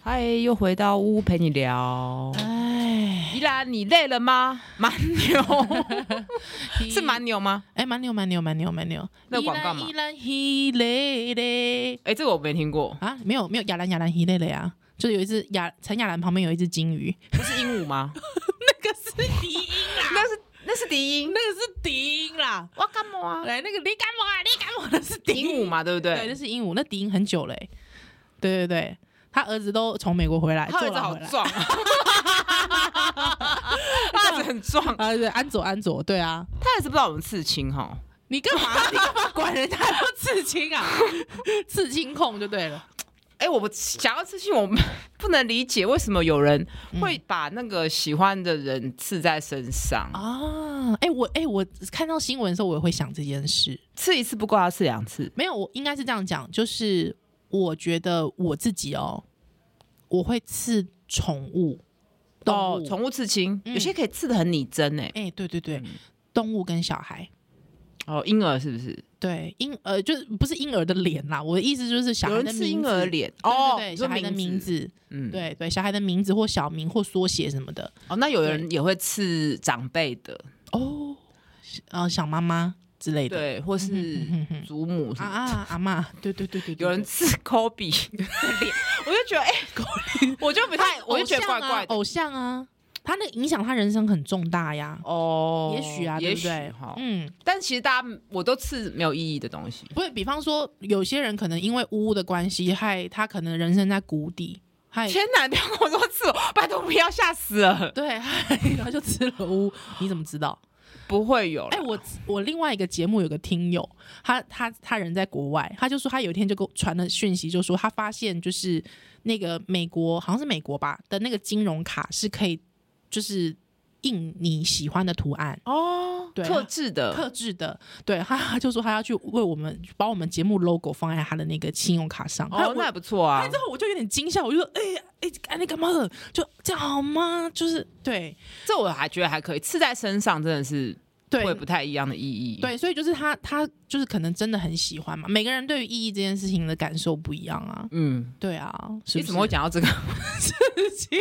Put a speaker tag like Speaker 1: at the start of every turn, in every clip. Speaker 1: 嗨，又回到屋陪你聊。
Speaker 2: 哎，
Speaker 1: 依兰，你累了吗？蛮牛， 是蛮牛吗？
Speaker 2: 哎，蛮牛蛮牛蛮牛蛮牛，
Speaker 1: 那广告嘛
Speaker 2: 依然依然嘿嘞
Speaker 1: 哎、这个我没听过，
Speaker 2: 啊，没有没有亚兰亚兰嘿嘞嘞啊，就是有一只亚陈亚兰旁边有一只金鱼，
Speaker 1: 不是鹦鹉吗？
Speaker 2: 那个是笛音啦，
Speaker 1: 那是那是笛音，
Speaker 2: 那个是笛音啦，
Speaker 1: 我干嘛啊？
Speaker 2: 来那个你干嘛？你干嘛？那是笛
Speaker 1: 鹦鹉嘛，对不
Speaker 2: 对，那
Speaker 1: 对？
Speaker 2: 是鹦鹉，那笛音很久嘞、对对对，他儿子都从美国回来，
Speaker 1: 他儿子
Speaker 2: 坐牢
Speaker 1: 好
Speaker 2: 回来
Speaker 1: 壮 啊，他儿子很壮，他
Speaker 2: 啊，对，安佐安佐，对啊，
Speaker 1: 儿子不知道我们刺青哈。
Speaker 2: 你干嘛？你干嘛管人家要刺青啊？刺青控就对了，
Speaker 1: 哎、我不想要刺青，我不能理解为什么有人会把那个喜欢的人刺在身上，
Speaker 2: 啊，哎、我哎、我看到新闻的时候，我也会想这件事。
Speaker 1: 刺一次不够，要刺两次。
Speaker 2: 没有，我应该是这样讲，就是我觉得我自己哦，我会刺宠物，动
Speaker 1: 哦，
Speaker 2: 物，
Speaker 1: 宠物刺青，
Speaker 2: 嗯
Speaker 1: 有些可以刺的很拟真哎、
Speaker 2: 哎、对对对，
Speaker 1: 嗯
Speaker 2: 动物跟小孩，
Speaker 1: 哦，婴儿是不是？
Speaker 2: 对婴儿就是不是婴儿的脸啦，我的意思就是小
Speaker 1: 有
Speaker 2: 孩
Speaker 1: 人
Speaker 2: 的
Speaker 1: 刺
Speaker 2: 名
Speaker 1: 婴
Speaker 2: 字
Speaker 1: 儿脸
Speaker 2: 哦，
Speaker 1: 哦，
Speaker 2: 对对
Speaker 1: 你
Speaker 2: 小
Speaker 1: 说
Speaker 2: 孩的名，字，
Speaker 1: 嗯，
Speaker 2: 对对，小孩的名字或小名或缩写什么的，
Speaker 1: 哦，那有人也会刺长辈的，
Speaker 2: 哦，呃，小妈妈之类的，
Speaker 1: 对，或是
Speaker 2: 嗯哼
Speaker 1: 祖母什
Speaker 2: 啊
Speaker 1: 么的。
Speaker 2: 啊，阿妈，对对对对，对
Speaker 1: 有人
Speaker 2: 对
Speaker 1: 刺 Kobe 的脸， 我就觉得哎，我就不太，我就觉得怪怪的
Speaker 2: 哎偶像啊，他那个影响他人生很重大呀，
Speaker 1: 哦
Speaker 2: 也许啊，对
Speaker 1: 也
Speaker 2: 不
Speaker 1: 许
Speaker 2: 对
Speaker 1: 哈？，
Speaker 2: 嗯，
Speaker 1: 但其实大家我都刺没有意义的东西，
Speaker 2: 不是，比方说有些人可能因为呜呜的关系，害他可能人生在谷底，害
Speaker 1: 天哪！不要跟我说刺我，拜托不要吓死了，
Speaker 2: 对， 害他就吃了呜，你怎么知道？
Speaker 1: 不会有啦。
Speaker 2: 哎、我我另外一个节目有个听友，他他他人在国外，他就说他有一天就给我传了讯息，就说他发现就是那个美国好像是美国吧的那个金融卡是可以就是印你喜欢的图案。
Speaker 1: 哦，
Speaker 2: 对啊
Speaker 1: 特制的，
Speaker 2: 克制的，对他他就说他要去为我们把我们节目 logo 放在他的那个信用卡上。他
Speaker 1: 哦
Speaker 2: 我，
Speaker 1: 那也不错啊
Speaker 2: 看之。后我就有点惊吓，我就说：“哎、哎，哎、那干嘛？就这样好吗？就是对
Speaker 1: 这我还觉得还可以，刺在身上真的是
Speaker 2: 对
Speaker 1: 会不太一样的意义。，
Speaker 2: 对，所以就是他他就是可能真的很喜欢嘛。每个人对于意义这件事情的感受不一样啊。
Speaker 1: 嗯，
Speaker 2: 对啊，是
Speaker 1: 你怎
Speaker 2: 不是
Speaker 1: 么会讲到这个事情？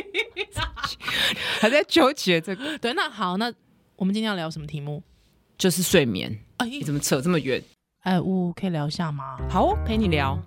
Speaker 1: 还在纠结这个，
Speaker 2: 对，那好，那我们今天要聊什么题目？
Speaker 1: 就是睡眠，
Speaker 2: 哎
Speaker 1: 啊你怎么扯这么远？
Speaker 2: 哎，呜，可以聊一下吗？
Speaker 1: 好哦，陪你聊。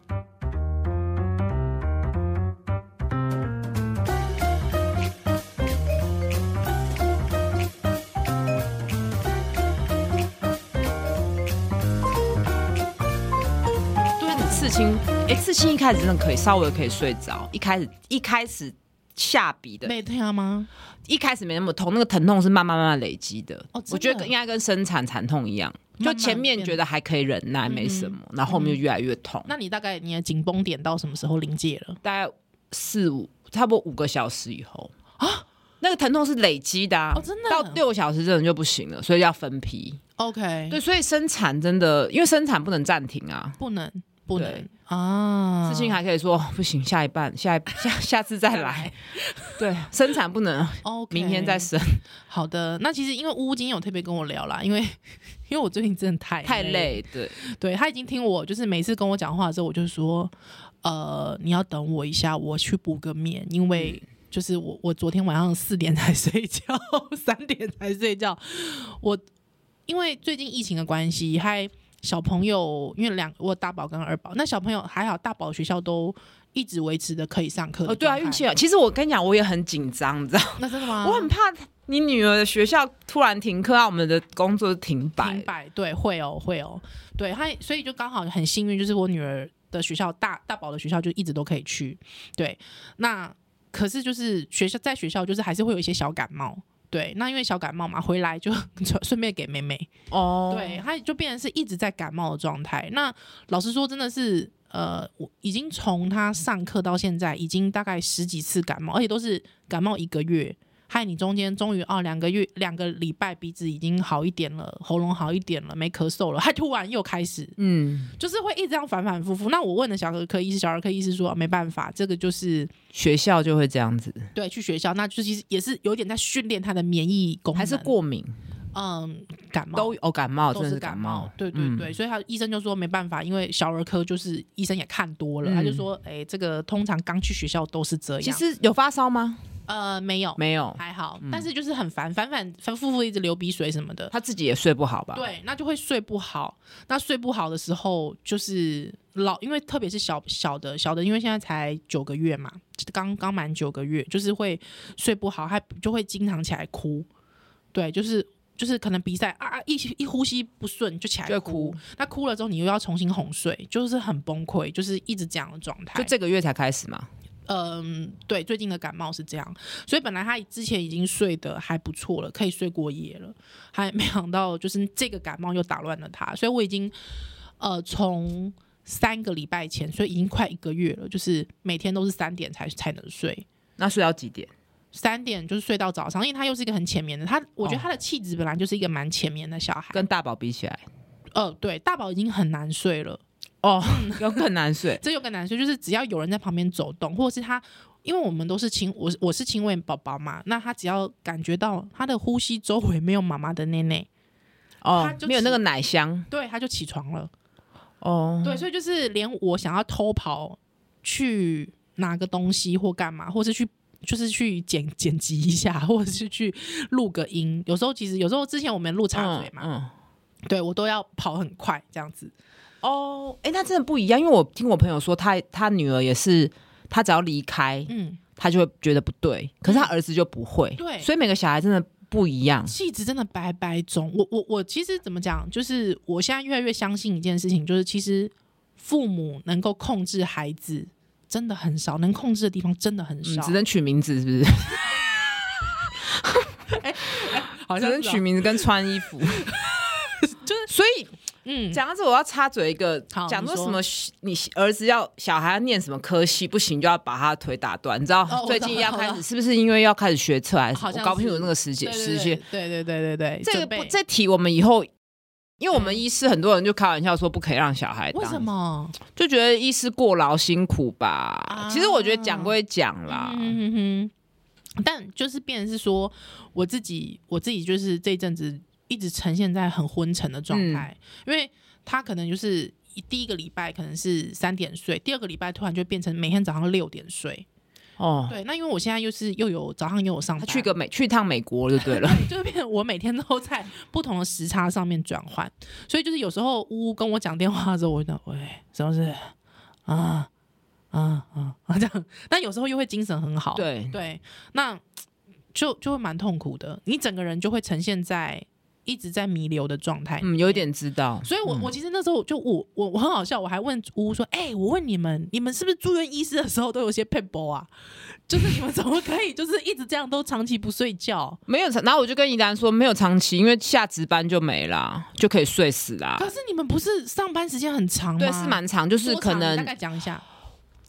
Speaker 1: 对你刺青，哎、刺青一开始真的可以稍微可以睡着，一开始一开始下笔的，
Speaker 2: 被听啊吗？
Speaker 1: 一开始没那么痛，那个疼痛是慢慢慢慢累积的。
Speaker 2: 哦真的
Speaker 1: 我觉得跟应该跟生产惨痛一样，就
Speaker 2: 慢慢嗯
Speaker 1: 前面觉得还可以忍耐，没什么，然后后面就越来越痛。
Speaker 2: 那你大概你的紧绷点到什么时候临界了？
Speaker 1: 大概四五，差不多五个小时以后啊，那个疼痛是累积的、啊
Speaker 2: 哦真的
Speaker 1: 到六个小时真的就不行了，所以要分批。
Speaker 2: ？OK，
Speaker 1: 对，所以生产真的，因为生产不能暂停啊。
Speaker 2: 不能不能
Speaker 1: 对
Speaker 2: 啊，
Speaker 1: 事情还可以说哦不行，下一半，下一下 下次再来。对，生产不能
Speaker 2: OK，
Speaker 1: 明天再生，
Speaker 2: 好的，那其实因为乌今天有特别跟我聊啦，因为 因为我最近真的太
Speaker 1: 太
Speaker 2: 累
Speaker 1: 累。对，
Speaker 2: 对他已经听我，就是每次跟我讲话的时候，我就说，呃，你要等我一下，我去补个眠，因为
Speaker 1: 嗯
Speaker 2: 就是我我昨天晚上四点才睡觉，三点才睡觉，我因为最近疫情的关系，还小朋友，因为两我有大宝跟二宝，那小朋友还好，大宝学校都一直维持的可以上课的
Speaker 1: 哦，对啊，
Speaker 2: 状态
Speaker 1: 运气好。其实我跟你讲，我也很紧张，你知道吗，
Speaker 2: 那真的吗？
Speaker 1: 我很怕你女儿的学校突然停课，让啊我们的工作停摆。
Speaker 2: 停摆，对，会哦，会哦，对，他所以就刚好很幸运，就是我女儿的学校大大宝的学校就一直都可以去，对，那可是就是学校在学校就是还是会有一些小感冒。对，那因为小感冒嘛，回来就 就顺便给妹妹，
Speaker 1: 哦，
Speaker 2: 对，，她就变成是一直在感冒的状态。那老实说，真的是呃，我已经从她上课到现在，已经大概十几次感冒，而且都是感冒一个月。害你中间终于哦，两个月两个礼拜鼻子已经好一点了，喉咙好一点了，没咳嗽了，还突然又开始，
Speaker 1: 嗯，
Speaker 2: 就是会一直这样反反复复。那我问了小儿科医师，小儿科医师说没办法，这个就是
Speaker 1: 学校就会这样子，
Speaker 2: 对去学校，那就其实也是有点在训练他的免疫功能，
Speaker 1: 还是过敏？
Speaker 2: 嗯感冒
Speaker 1: 都哦感冒，真
Speaker 2: 都
Speaker 1: 的
Speaker 2: 是
Speaker 1: 是
Speaker 2: 感
Speaker 1: 冒，
Speaker 2: 对对
Speaker 1: 嗯
Speaker 2: 对，所以他医生就说没办法，因为小儿科就是医生也看多了，
Speaker 1: 嗯
Speaker 2: 他就说，哎、这个通常刚去学校都是这样。
Speaker 1: 其实有发烧吗？
Speaker 2: 呃没有
Speaker 1: 没有，嗯
Speaker 2: 还好，但是就是很烦，反反反复复一直流鼻水什么的，
Speaker 1: 他自己也睡不好吧？，
Speaker 2: 对，那就会睡不好。那睡不好的时候，就是老，因为特别是小小的小的，因为现在才九个月嘛，刚刚满九个月，就是会睡不好，还就会经常起来哭。对，就是就是可能鼻塞啊，啊一一呼吸不顺就起来
Speaker 1: 就会
Speaker 2: 哭
Speaker 1: 哭。
Speaker 2: 那哭了之后，你又要重新哄睡，就是很崩溃，就是一直这样的状态。
Speaker 1: 就这个月才开始嘛。
Speaker 2: 嗯，对，最近的感冒是这样，所以本来他之前已经睡得还不错了，可以睡过夜了，还没想到就是这个感冒又打乱了他，所以我已经呃从三个礼拜前，所以已经快一个月了，就是每天都是三点才才能睡。
Speaker 1: 那睡到几点？
Speaker 2: 三点就是睡到早上，因为他又是一个很浅眠的，他我觉得
Speaker 1: 哦
Speaker 2: 他的气质本来就是一个蛮浅眠的小孩。
Speaker 1: 跟大宝比起 来，
Speaker 2: 呃，对，大宝已经很难睡了，
Speaker 1: 哦，要更难睡。
Speaker 2: 这有个难说，就是只要有人在旁边走动，或者是他，因为我们都是亲，我是我是亲喂宝宝嘛，那他只要感觉到他的呼吸周围没有妈妈的奶奶，
Speaker 1: 哦
Speaker 2: 他就，
Speaker 1: 没有
Speaker 2: 起
Speaker 1: 那个奶香。
Speaker 2: 对，他就起床了。
Speaker 1: 哦，
Speaker 2: 对，所以就是连我想要偷跑去拿个东西或干嘛，或是去。就是去剪剪辑一下，或者是去录个音。有时候其实有时候之前我们录插嘴嘛，
Speaker 1: 嗯。
Speaker 2: 对我都要跑很快这样子。
Speaker 1: 哦，哎，那真的不一样，因为我听我朋友说，他他女儿也是，他只要离开，
Speaker 2: 嗯，
Speaker 1: 他就会觉得不对，可是他儿子就不会。
Speaker 2: 对
Speaker 1: 所以每个小孩真的不一样。
Speaker 2: 气质真的白白中。我我我其实怎么讲，就是我现在越来越相信一件事情，就是其实父母能够控制孩子真的很少，能控制的地方真的很
Speaker 1: 嗯
Speaker 2: 少，，
Speaker 1: 只能取名字是不是？
Speaker 2: 好啊
Speaker 1: 只能取名字跟穿衣 服，就是所以
Speaker 2: 嗯，
Speaker 1: 讲到这，我要插嘴一个
Speaker 2: 好，
Speaker 1: 讲
Speaker 2: 你
Speaker 1: 说
Speaker 2: 说
Speaker 1: 什么你儿子要小孩要念什么科系，不行就要把他的腿打断。你知道、
Speaker 2: 哦我
Speaker 1: 最
Speaker 2: 懂
Speaker 1: 近
Speaker 2: 了
Speaker 1: 要
Speaker 2: 懂
Speaker 1: 开
Speaker 2: 了
Speaker 1: 始，是不是因为要开始学车还是
Speaker 2: 好
Speaker 1: 我
Speaker 2: 像
Speaker 1: 搞不清楚
Speaker 2: 是
Speaker 1: 那个时节时
Speaker 2: 对
Speaker 1: 间？
Speaker 2: 对对对对对，
Speaker 1: 这个
Speaker 2: 准备
Speaker 1: 不这题我们以后。因为我们医师很多人就开玩笑说不可以让小孩当，
Speaker 2: 嗯为什么？
Speaker 1: 就觉得医师过劳辛苦吧。
Speaker 2: 啊
Speaker 1: 其实我觉得讲归讲啦，
Speaker 2: 嗯哼哼哼，但就是变成是说，我自己我自己就是这一阵子一直呈现在很昏沉的状态，
Speaker 1: 嗯
Speaker 2: 因为他可能就是一第一个礼拜可能是三点睡，第二个礼拜突然就变成每天早上六点睡。
Speaker 1: 哦，
Speaker 2: 对，那因为我现在又是又有早上又有上
Speaker 1: 他
Speaker 2: 班，
Speaker 1: 去个美去一趟美国就对了。
Speaker 2: 就是变成我每天都在不同的时差上面转换，所以就是有时候呜呜跟我讲电话的时候，我就讲喂，什么事啊啊啊啊这样，但有时候又会精神很好，
Speaker 1: 对，
Speaker 2: 对，那就就会蛮痛苦的，你整个人就会呈现在一直在弥留的状态。
Speaker 1: 嗯，有一点知道。
Speaker 2: 所以我，我、
Speaker 1: 嗯
Speaker 2: 其实那时候就我我我很好笑，我还问呜说：“哎、我问你们，你们是不是住院医师的时候都有些 p e 啊？就是你们怎么可以就是一直这样都长期不睡觉？
Speaker 1: 没有长，然后我就跟怡兰说没有长期，因为下值班就没啦，就可以睡死啦
Speaker 2: 可。是你们不是上班时间很长
Speaker 1: 啊
Speaker 2: 吗？
Speaker 1: 对，是蛮长，就是
Speaker 2: 多
Speaker 1: 可
Speaker 2: 长你大
Speaker 1: 能
Speaker 2: 概讲一下，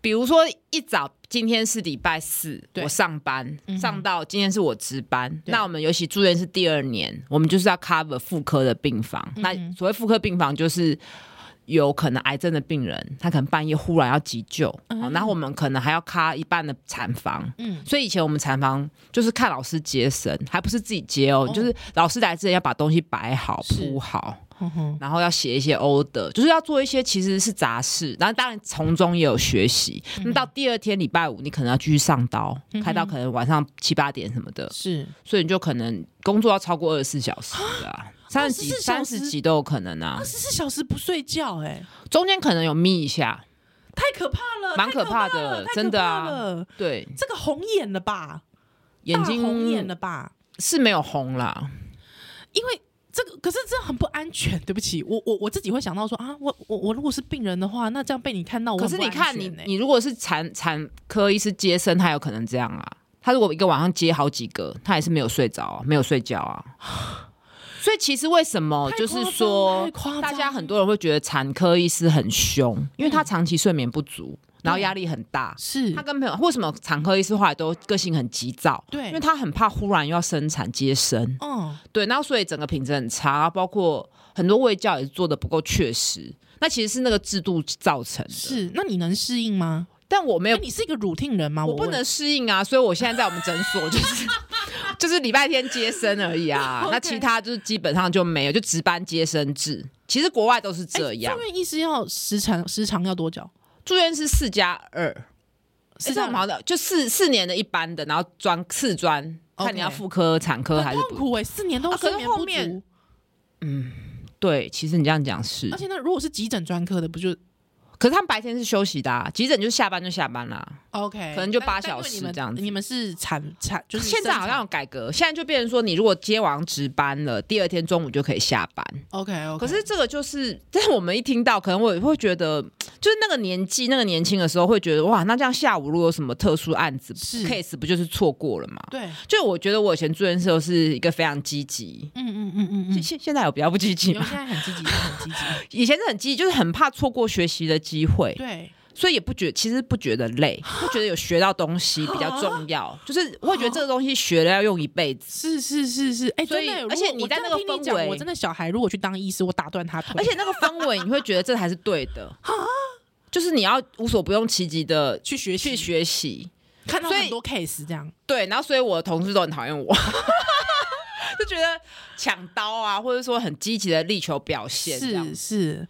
Speaker 1: 比如说一早，今天是礼拜四，
Speaker 2: 对
Speaker 1: 我上班
Speaker 2: 嗯哼
Speaker 1: 上到今天是我值班，
Speaker 2: 对
Speaker 1: 那我们尤其住院是第二年，我们就是要 cover 妇科的病房。那
Speaker 2: 嗯哼
Speaker 1: 所谓妇科病房就是。有可能癌症的病人，他可能半夜忽然要急救，哦然后我们可能还要卡一半的产房，
Speaker 2: 嗯
Speaker 1: 所以以前我们产房就是看老师接生，还不是自己接哦，
Speaker 2: 哦
Speaker 1: 就是老师来之前要把东西摆好、
Speaker 2: 是
Speaker 1: 铺好，
Speaker 2: 哼嗯哼
Speaker 1: 然后要写一些 order，就是要做一些其实是杂事。然后当然从中也有学习。
Speaker 2: 嗯
Speaker 1: 那到第二天礼拜五，你可能要继续上刀，开到可能晚上七八点什么的，
Speaker 2: 是
Speaker 1: 所以你就可能工作要超过二十四小时的 啊。三十几、
Speaker 2: 24小
Speaker 1: 三
Speaker 2: 时
Speaker 1: 十几都有可能啊
Speaker 2: 二，十四小时不睡觉、哎，
Speaker 1: 中间可能有眯一下，
Speaker 2: 太可怕了，
Speaker 1: 蛮
Speaker 2: 太
Speaker 1: 可
Speaker 2: 可
Speaker 1: 怕的
Speaker 2: 了太可
Speaker 1: 真的啊
Speaker 2: 怕了
Speaker 1: 对，
Speaker 2: 这个红眼了吧？
Speaker 1: 眼
Speaker 2: 大红眼了哦
Speaker 1: 睛
Speaker 2: 吧？
Speaker 1: 是没有红啦，
Speaker 2: 因为这个，可是这很不安全。对不起，我我我自己会想到说啊，我我我如果是病人的话，那这样被你看到，我
Speaker 1: 可
Speaker 2: 很
Speaker 1: 是
Speaker 2: 不
Speaker 1: 你
Speaker 2: 安
Speaker 1: 看你
Speaker 2: 全欸
Speaker 1: 你如果是产产科医师接生，他有可能这样啊。他如果一个晚上接好几个，他也是没有睡着、啊，没有睡觉啊。 所以其实为什么
Speaker 2: 太
Speaker 1: 就是
Speaker 2: 夸张
Speaker 1: 说
Speaker 2: 太，夸张嗯
Speaker 1: 大家很多人会觉得产科医师很凶，因为他长期睡眠不足，然后压力很大。
Speaker 2: 是
Speaker 1: 他跟朋友为什么产科医师后来都个性很急躁？
Speaker 2: 对
Speaker 1: 因为他很怕忽然又要生产接生。
Speaker 2: 嗯
Speaker 1: 对，然后所以整个品质很差，然后包括很多卫教也做的不够确实。那其实是那个制度造成的，
Speaker 2: 是，那你能适应吗？
Speaker 1: 但我没
Speaker 2: 哎、
Speaker 1: 有
Speaker 2: 你是一个 routine 人吗？
Speaker 1: 我
Speaker 2: 我
Speaker 1: 不
Speaker 2: 问
Speaker 1: 能适应啊，所以我现在在我们诊所就是。就是礼拜天接生而已啊
Speaker 2: OK。
Speaker 1: 那其他就是基本上就没有，就值班接生制。其实国外都是这样
Speaker 2: 住，院医师要时长时长要多久？
Speaker 1: 哎住院是四加二，
Speaker 2: 四
Speaker 1: 是
Speaker 2: 加
Speaker 1: 哎这么的，就四四年的一般的，然后专次专，看你要
Speaker 2: OK
Speaker 1: 妇科、产科还
Speaker 2: 很
Speaker 1: 是
Speaker 2: 痛
Speaker 1: 不。
Speaker 2: 苦哎、四年都
Speaker 1: 啊可
Speaker 2: 睡
Speaker 1: 是
Speaker 2: 眠不
Speaker 1: 后面
Speaker 2: 足，
Speaker 1: 对，其实你这样讲是
Speaker 2: 而，且那如果是急诊专科的，不就
Speaker 1: 可是他们白天是休息的、啊，急诊就是下班就下班啦、
Speaker 2: OK？
Speaker 1: 可能就
Speaker 2: 但
Speaker 1: 八
Speaker 2: 但因为
Speaker 1: 小时
Speaker 2: 你们
Speaker 1: 这样子
Speaker 2: 你们是产产就是
Speaker 1: 现在好像有改革，现在就变成说，你如果接完值班了，第二天中午就可以下班。
Speaker 2: OK
Speaker 1: 可
Speaker 2: OK，
Speaker 1: 是这个就是，但是我们一听到，可能我也会觉得，就是那个年纪、那个年轻的时候，会觉得哇，那这样下午如果有什么特殊案子
Speaker 2: 是
Speaker 1: case，不就是错过了吗？
Speaker 2: 对，
Speaker 1: 就我觉得我以前住院的时候是一个非常积极，
Speaker 2: 嗯嗯嗯嗯
Speaker 1: 现
Speaker 2: 嗯，
Speaker 1: 现现在有比较不积极吗
Speaker 2: 你们？现在很积极，很积极，
Speaker 1: 以前是很积极，就是很怕错过学习的机会，
Speaker 2: 对，
Speaker 1: 所以也不觉其实不觉得累，会觉得有学到东西比较重 要，就是会觉得这个东西学了要用一辈子。
Speaker 2: 是是是是，哎、
Speaker 1: 所
Speaker 2: 真
Speaker 1: 以
Speaker 2: 的耶，如
Speaker 1: 而且
Speaker 2: 果
Speaker 1: 你
Speaker 2: 我
Speaker 1: 在
Speaker 2: 真的
Speaker 1: 那个
Speaker 2: 听你
Speaker 1: 氛
Speaker 2: 讲我
Speaker 1: 围
Speaker 2: 真的小孩如果去当医师，我打断他腿，
Speaker 1: 而且那个氛围，你会觉得这才是对的， 就是你要无所不用其极的
Speaker 2: 去学习
Speaker 1: 去学习。
Speaker 2: 看到
Speaker 1: 所以
Speaker 2: 很多 case 这样，
Speaker 1: 对，然后所以我的同事都很讨厌我， 就觉得抢刀啊，或者说很积极的力求表现。这样
Speaker 2: 是是，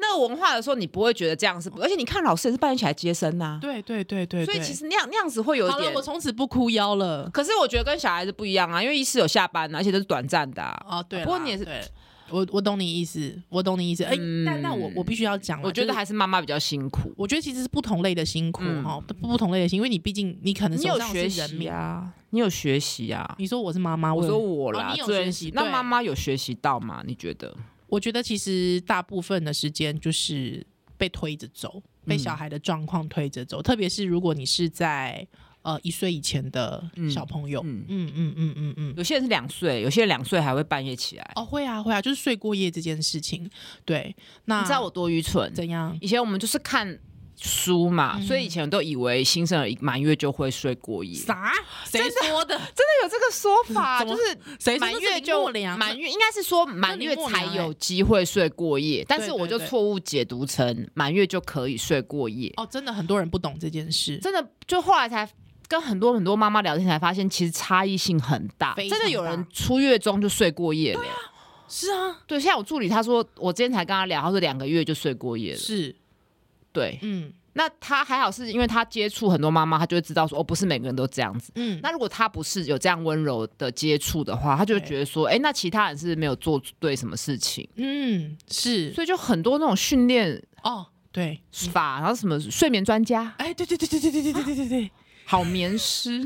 Speaker 1: 那个文化的时候，你不会觉得这样是不，而且你看老师也是扮演起来接生呐、
Speaker 2: 对对对对
Speaker 1: 所以
Speaker 2: 对
Speaker 1: 其实那样那样子会有一
Speaker 2: 好了，
Speaker 1: 点
Speaker 2: 我。从此不哭腰了。
Speaker 1: 可是我觉得跟小孩子不一样啊，因为医师有下班啊，而且都是短暂的、啊。
Speaker 2: 哦，对啦，
Speaker 1: 不过你也是
Speaker 2: 对我我懂你意思，我懂你意思。哎、但那我我必须要讲啦，啊
Speaker 1: 嗯我觉
Speaker 2: 哦就
Speaker 1: 得
Speaker 2: 是
Speaker 1: 还是妈妈比较辛苦，
Speaker 2: 我觉得其实是不同类的辛苦哦
Speaker 1: 嗯
Speaker 2: 哈、不不同类的辛苦，因为你毕竟你可能
Speaker 1: 你
Speaker 2: 手
Speaker 1: 有
Speaker 2: 上
Speaker 1: 学
Speaker 2: 是人
Speaker 1: 习
Speaker 2: 命。
Speaker 1: 啊，你有学习啊。
Speaker 2: 你说我是妈妈，
Speaker 1: 我
Speaker 2: 有
Speaker 1: 说我啦，
Speaker 2: 哦你有
Speaker 1: 这
Speaker 2: 学习
Speaker 1: 那
Speaker 2: 对
Speaker 1: 妈妈有学习到吗？你觉得？
Speaker 2: 我觉得其实大部分的时间就是被推着走，被小孩的状况推着走，特别是如果你是在呃一岁以前的小朋友，嗯
Speaker 1: 嗯
Speaker 2: 嗯嗯嗯嗯嗯。
Speaker 1: 有些人是两岁，有些人两岁还会半夜起来。
Speaker 2: 哦，会啊，会啊，就是睡过夜这件事情。对，那
Speaker 1: 你知道我多愚蠢？
Speaker 2: 怎样？
Speaker 1: 以前我们就是看书嘛，所以以前都以为新生儿一满月就会睡过夜。
Speaker 2: 啥？谁
Speaker 1: 真
Speaker 2: 说的？
Speaker 1: 真的有这个 说法，
Speaker 2: 怎么
Speaker 1: 就是
Speaker 2: 谁说
Speaker 1: 满
Speaker 2: 这是
Speaker 1: 月
Speaker 2: 林默
Speaker 1: 就
Speaker 2: 娘
Speaker 1: 满月，应该是说满月才有机会睡过夜，但是我就错误解读成满月就可以睡过夜，
Speaker 2: 哦，真的很多人不懂这件事，
Speaker 1: 真的就后来才。跟很多很多妈妈聊天才发现，其实差异性很大，
Speaker 2: 非常
Speaker 1: 真
Speaker 2: 大
Speaker 1: 的有人出月中就睡过夜了。
Speaker 2: 是啊，
Speaker 1: 对，现在我助理他说，我今天才跟他聊，他说两个月就睡过夜了。
Speaker 2: 是，
Speaker 1: 对，
Speaker 2: 嗯
Speaker 1: 那他还好是因为他接触很多妈妈，他就会知道说，哦，不是每个人都这样子。
Speaker 2: 嗯，
Speaker 1: 那如果他不是有这样温柔的接触的话，他就会
Speaker 2: 对
Speaker 1: 觉得说，哎、那其他人是不是没有做对什么事情，
Speaker 2: 嗯是
Speaker 1: 所以就很多那种训练
Speaker 2: 哦，对，
Speaker 1: 法，然后什么睡眠专家、
Speaker 2: 哎，对对对对对对对对对对对，
Speaker 1: 好眠师，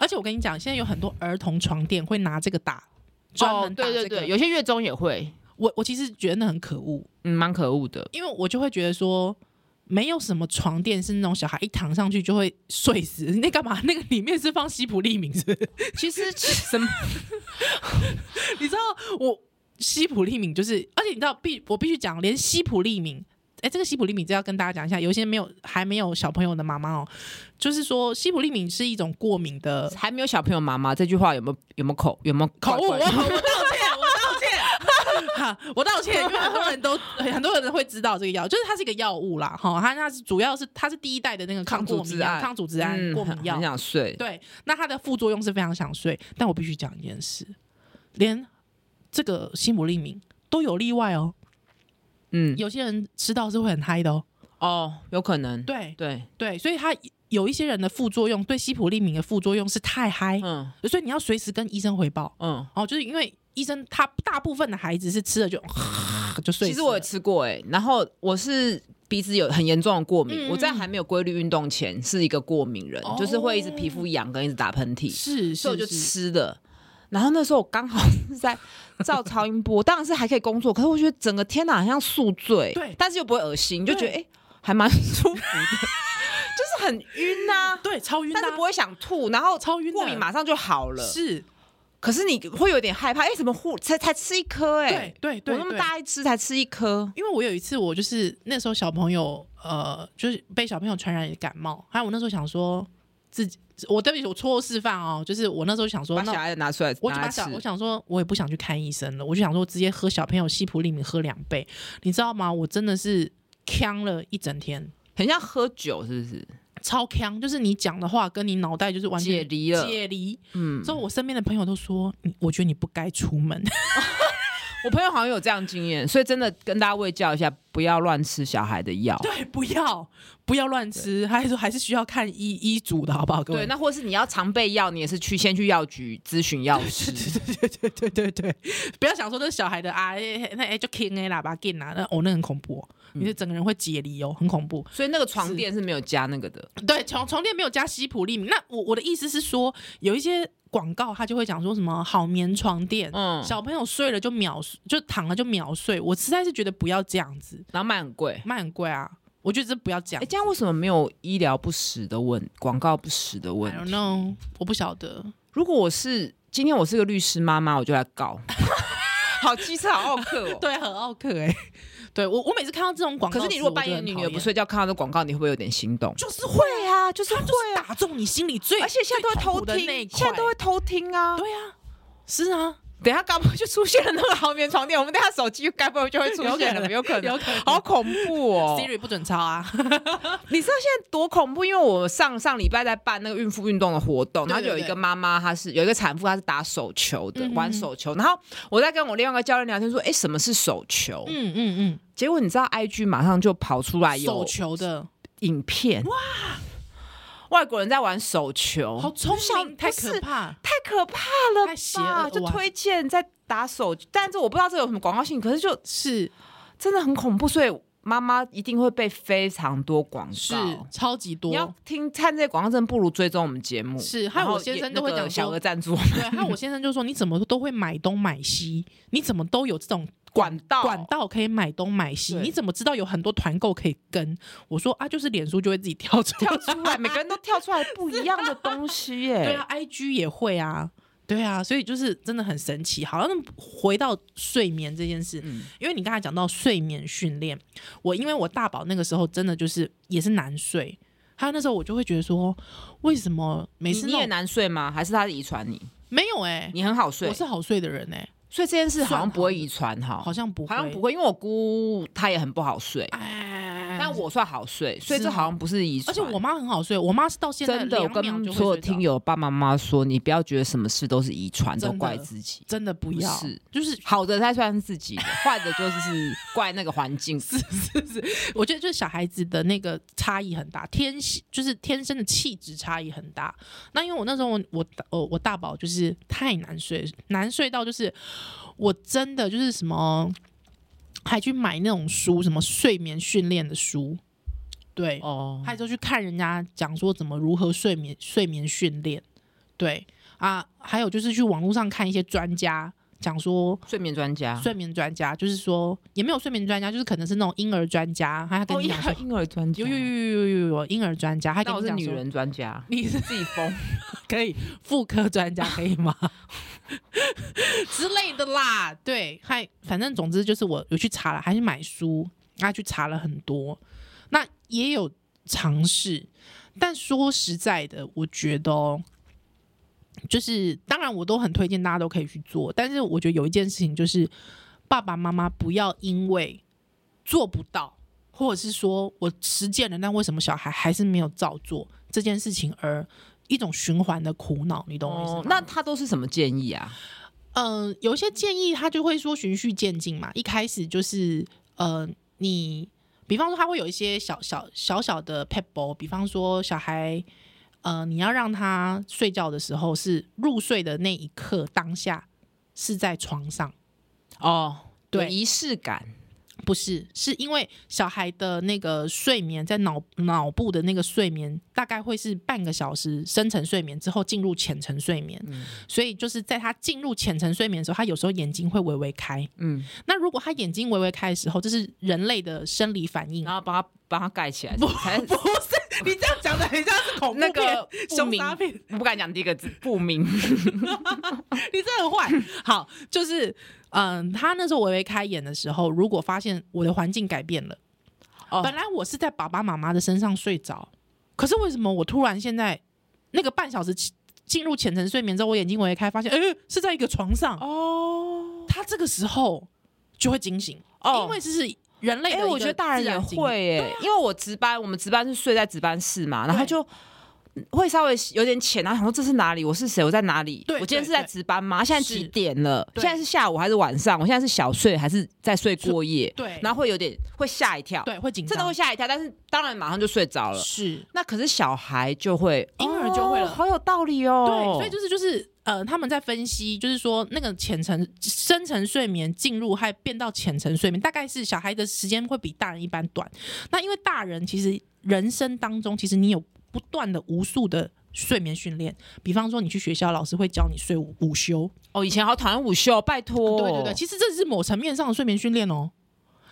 Speaker 2: 而且我跟你讲，现在有很多儿童床垫会拿这个打， 专门打
Speaker 1: 哦对对
Speaker 2: 这个。
Speaker 1: 对，有些月中也会，
Speaker 2: 我我其实觉得那很可恶，
Speaker 1: 嗯，蛮可恶的。
Speaker 2: 因为我就会觉得说。没有什么床垫是那种小孩一躺上去就会睡死，那干嘛？那 个里面是放西普利明是不是？
Speaker 1: 其实什么
Speaker 2: 你知道我西普利敏就是，而且你知道必我必须讲，连西普利敏，哎、这个西普利敏这要跟大家讲一下，有一些没有还没有小朋友的妈妈哦，就是说西普利敏是一种过敏的
Speaker 1: 还没有小朋友妈妈这句话有没有有没有口有没有
Speaker 2: 口误，我
Speaker 1: 怪
Speaker 2: 我
Speaker 1: 怪
Speaker 2: 道
Speaker 1: 的
Speaker 2: 歉，我道歉。 哈，我道歉，因为很多人都很多人会知道这个药，就是它是一个药物啦，哈，它它是主要是它是第一代的那个抗
Speaker 1: 抗
Speaker 2: 过
Speaker 1: 组
Speaker 2: 敏
Speaker 1: 织
Speaker 2: 药、
Speaker 1: 胺，
Speaker 2: 抗组织胺
Speaker 1: 嗯
Speaker 2: 过敏
Speaker 1: 很
Speaker 2: 药
Speaker 1: 很，想睡。
Speaker 2: 对，那它的副作用是非常想睡，但我必须讲一件事，连这个西姆利明都有例外哦。
Speaker 1: 嗯，
Speaker 2: 有些人吃到是会很嗨的哦。
Speaker 1: 哦，有可能，
Speaker 2: 对
Speaker 1: 对，
Speaker 2: 对，所以它有一些人的副作用，对西普利明的副作用是太嗨，
Speaker 1: 嗯
Speaker 2: 所以你要随时跟医生回报
Speaker 1: 嗯。
Speaker 2: 哦，就是因为医生他大部分的孩子是吃了就就睡死了。
Speaker 1: 其实我也吃过哎、然后我是鼻子有很严重的过敏，
Speaker 2: 嗯
Speaker 1: 我在还没有规律运动前是一个过敏人，
Speaker 2: 哦
Speaker 1: 就是会一直皮肤痒跟一直打喷嚏，所以
Speaker 2: 是，是
Speaker 1: 我就是吃了。然后那时候我刚好是在照超音波，当然是还可以工作，可是我觉得整个天哪，好像宿醉，
Speaker 2: 对
Speaker 1: 但是又不会恶心，就觉得哎、
Speaker 2: 对
Speaker 1: 诶还蛮舒服的，就是很晕呐、
Speaker 2: 对超 晕的
Speaker 1: 但
Speaker 2: 啊，
Speaker 1: 是不会想吐，然后
Speaker 2: 超晕的
Speaker 1: 过敏马上就好了。
Speaker 2: 是，
Speaker 1: 可是你会有点害怕，哎、怎么忽才才吃一颗、
Speaker 2: 对
Speaker 1: 哎，
Speaker 2: 对对，
Speaker 1: 我那么
Speaker 2: 对
Speaker 1: 大一只才吃一颗，
Speaker 2: 因为我有一次，我就是那时候小朋友，呃，就是被小朋友传染感冒，还有我那时候想说自己，我对不起，我错误示范哦，就是我那时候想说，
Speaker 1: 把小
Speaker 2: 那
Speaker 1: 孩子拿出来，
Speaker 2: 我就
Speaker 1: 拿来
Speaker 2: 把
Speaker 1: 吃
Speaker 2: 小，。我想说，我也不想去看医生了，我就想说直接喝小朋友西普利敏喝两杯，你知道吗？我真的是呛了一整天，
Speaker 1: 很像喝酒，是不是？
Speaker 2: 超强，就是你讲的话跟你脑袋就是完
Speaker 1: 哦解
Speaker 2: 全
Speaker 1: 离了，
Speaker 2: 解离。
Speaker 1: 嗯
Speaker 2: 之，后我身边的朋友都说，你我觉得你不该出 门。
Speaker 1: 我朋友好像有这样经验，所以真的跟大家喂教一下，不要乱吃小孩的药。
Speaker 2: 对，不要不要乱吃，还说还是需要看医医嘱的好不好？各
Speaker 1: 对，
Speaker 2: 位，
Speaker 1: 那或是你要常备药，你也是去先去药局咨询药师。
Speaker 2: 对对对对，不要想说这是小孩的啊，哎那哎就 King A 喇叭 g 拿，那哦那很恐怖、哦，
Speaker 1: 嗯
Speaker 2: 你的整个人会解离哦，很恐怖。
Speaker 1: 所以那个床垫是没有加那个的，
Speaker 2: 对，床床垫没有加西普利敏。那我我的意思是说，有一些广告它就会讲说什么好棉床垫，
Speaker 1: 嗯，
Speaker 2: 小朋友睡了就秒就躺了就秒睡，我实在是觉得不要这样 子，
Speaker 1: 然后卖很贵。
Speaker 2: 卖很贵啊，我觉得这不要这样
Speaker 1: 哎，。这样为什么没有医疗不实的问广告不实的问
Speaker 2: I don't
Speaker 1: 题？
Speaker 2: know，我不晓得。
Speaker 1: 如果我是今天我是个律师妈妈，我就来告。 好机车，好奥克哦。
Speaker 2: 对，很奥克哎、 对我，我每次看到这种广告
Speaker 1: 可
Speaker 2: 词，
Speaker 1: 是你如果半夜你女儿不
Speaker 2: 睡，
Speaker 1: 睡觉看到这广告，你会不会有点心动？
Speaker 2: 就是会啊，
Speaker 1: 啊，就是
Speaker 2: 他就是打中你心里最，
Speaker 1: 而且现在都会
Speaker 2: 最痛
Speaker 1: 偷
Speaker 2: 苦的
Speaker 1: 听
Speaker 2: 那一，块
Speaker 1: 现在都会偷听啊。
Speaker 2: 对啊，是啊，
Speaker 1: 等一下，该不会就出现了那个好棉床垫？我们等一下手机该不会就会出现了？有可能，
Speaker 2: 有可能
Speaker 1: 好恐怖哦！
Speaker 2: Siri 不准抄啊，
Speaker 1: 你知道现在多恐怖？因为我上上礼拜在办那个孕妇运动的活动，
Speaker 2: 对
Speaker 1: 然后有一
Speaker 2: 对
Speaker 1: 个妈妈，她是有一个产妇，她是打手球的
Speaker 2: 嗯，哼
Speaker 1: 玩手球。然后我在跟我另外一个教练聊天，说：“哎，什么是手球
Speaker 2: 嗯嗯？”
Speaker 1: 结果你知道，IG 马上就跑出来
Speaker 2: 嗯，手
Speaker 1: 有
Speaker 2: 球的
Speaker 1: 影片，哇，外国人在玩手球，
Speaker 2: 好聪明，太
Speaker 1: 哦不是
Speaker 2: 可怕，
Speaker 1: 太可怕了吧！
Speaker 2: 太邪恶了
Speaker 1: 啊就
Speaker 2: 哇
Speaker 1: 推荐在打手，但是我不知道这有什么广告性，可是就
Speaker 2: 是
Speaker 1: 真的很恐怖，所以妈妈一定会被非常多广
Speaker 2: 是
Speaker 1: 告。
Speaker 2: 超级
Speaker 1: 你要
Speaker 2: 多。
Speaker 1: 听看这些广告，真的不如追踪我们节目。
Speaker 2: 是
Speaker 1: 还
Speaker 2: 害
Speaker 1: 有
Speaker 2: 我先生都会讲说
Speaker 1: 小额赞助我们
Speaker 2: 对，还有我先生就说：“你怎么都会买东买西？你怎么都有这种
Speaker 1: 管道
Speaker 2: 管道可以买东买西？
Speaker 1: 哦对
Speaker 2: 你怎么知道有很多团购可以跟？”我说：“啊，就是脸书就会自己跳出来
Speaker 1: 跳 出来，每个人都跳出来不一样的东 西耶。
Speaker 2: 对啊，IG 也会啊，对啊，所以就是真的很神奇。好，那回到睡眠这件事，
Speaker 1: 嗯
Speaker 2: 因为你刚才讲到睡眠训练，我因为我大宝那个时候真的就是也是难睡，还有那时候我就会觉得说，为什么每
Speaker 1: 你
Speaker 2: 次
Speaker 1: 你
Speaker 2: 那
Speaker 1: 也
Speaker 2: 种
Speaker 1: 难睡吗？还是他遗传你？
Speaker 2: 没有哎、
Speaker 1: 你很好睡
Speaker 2: 我，是好睡的人哎、
Speaker 1: 所以这件事好像不
Speaker 2: 算好
Speaker 1: 会遗传哈，
Speaker 2: 好像不会，
Speaker 1: 好像不会，因为我姑她也很不好睡，
Speaker 2: 哎，
Speaker 1: 但我算好睡，所以
Speaker 2: 是
Speaker 1: 这
Speaker 2: 哦
Speaker 1: 好像不是遗
Speaker 2: 而
Speaker 1: 传。
Speaker 2: 且我妈很好睡，我妈是到现在
Speaker 1: 真的，我
Speaker 2: 两秒
Speaker 1: 跟
Speaker 2: 就会
Speaker 1: 所有
Speaker 2: 睡着
Speaker 1: 听友爸爸妈妈说，你不要觉得什么事都是遗传，
Speaker 2: 真
Speaker 1: 都
Speaker 2: 的
Speaker 1: 怪自己。
Speaker 2: 真的不
Speaker 1: 不
Speaker 2: 要，
Speaker 1: 是
Speaker 2: 就是
Speaker 1: 好的才算是自己的，坏的就是怪那个环境。
Speaker 2: 我觉得就是小孩子的那个差异很大，天性就是天生的气质差异很大。那因为我那时候我我我我大宝就是太难睡，难睡到就是我真的就是什么，还去买那种书，什么睡眠训练的书，对，
Speaker 1: 哦，
Speaker 2: 还就去看人家讲说怎么如何睡眠睡眠训练，对啊，还有就是去网络上看一些专家讲说
Speaker 1: 睡眠专家，
Speaker 2: 睡眠专家，就是说也没有睡眠专家，就是可能是那种婴儿专家，他跟
Speaker 1: 哦，
Speaker 2: 你
Speaker 1: 婴
Speaker 2: 讲说
Speaker 1: 儿，婴儿专家，
Speaker 2: 有有有有有有有婴儿专家，他跟
Speaker 1: 那我是
Speaker 2: 你讲
Speaker 1: 女
Speaker 2: 说，
Speaker 1: 人专家，
Speaker 2: 你是
Speaker 1: 自己疯。
Speaker 2: 可以妇科专家可以吗？之类的啦，对，还反正总之就是我有去查了，还是买书，他去查了很多，那也有尝试，但说实在的，我觉得哦。就是，当然我都很推荐大家都可以去做，但是我觉得有一件事情就是，爸爸妈妈不要因为做不到，或者是说我实践了，但为什么小孩还是没有照做这件事情而一种循环的苦恼，你懂我意思吗？
Speaker 1: 哦那他都是什么建议啊？
Speaker 2: 嗯、有一些建议他就会说循序渐进嘛，一开始就是呃，你比方说他会有一些小小小小的 p e b b l 比方说小孩。呃，你要让他睡觉的时候是入睡的那一刻，当下是在床上，
Speaker 1: 哦，
Speaker 2: 对
Speaker 1: 有仪式感，
Speaker 2: 不是，是因为小孩的那个睡眠在脑脑部的那个睡眠，大概会是半个小时深层睡眠之后进入浅层睡眠，所以就是在他进入浅层睡眠的时候，他有时候眼睛会微微开。
Speaker 1: 嗯，
Speaker 2: 那如果他眼睛微微开的时候，这是人类的生理反应。
Speaker 1: 然后把他把他盖起来，才
Speaker 2: 不是， 你这样讲的很像是恐
Speaker 1: 那个不
Speaker 2: 凶
Speaker 1: 明
Speaker 2: 杀片，
Speaker 1: 我不敢讲第一个字，不 明。
Speaker 2: 你真的很坏。 好，就是嗯，他那时候微微开眼的时候，如果发现我的环境改变了。
Speaker 1: 哦
Speaker 2: 本来我是在爸爸妈妈的身上睡着，可是为什么我突然现在那个半小时起进入浅层睡眠之后，我眼睛微开，发现哎、诶是在一个床上。
Speaker 1: 哦
Speaker 2: 他这个时候就会惊醒，
Speaker 1: 哦，
Speaker 2: 因为这是人类
Speaker 1: 哎、
Speaker 2: 的一个自然经历、啊
Speaker 1: 我觉得大人也会哎、因为我值班，我们值班是睡在值班室嘛，然后
Speaker 2: 对
Speaker 1: 就会稍微有点浅，啊然后想说这是哪里，我是谁，我在哪里
Speaker 2: 对，
Speaker 1: 我今天
Speaker 2: 对
Speaker 1: 是在
Speaker 2: 对
Speaker 1: 值班吗？现在几
Speaker 2: 是
Speaker 1: 点了？
Speaker 2: 对
Speaker 1: 现在是下午还是晚上？我现在是小睡还是在睡过夜？
Speaker 2: 对，
Speaker 1: 然后会有点会吓一跳，
Speaker 2: 对会紧张，
Speaker 1: 真的会吓一跳，但是当然马上就睡着了。
Speaker 2: 是。
Speaker 1: 那可是小孩就会，
Speaker 2: 婴儿就会了
Speaker 1: 哦好有道理哦。
Speaker 2: 对，所以就是就是呃，他们在分析，就是说那个浅层、深层睡眠进入还变到浅层睡眠，大概是小孩的时间会比大人一般短。那因为大人其实人生当中，其实你有不断的无数的睡眠训练，比方说你去学校，老师会教你睡午午休，
Speaker 1: 哦，以前好讨厌午休，拜托。
Speaker 2: 对对对，其实这是某层面上的睡眠训练哦。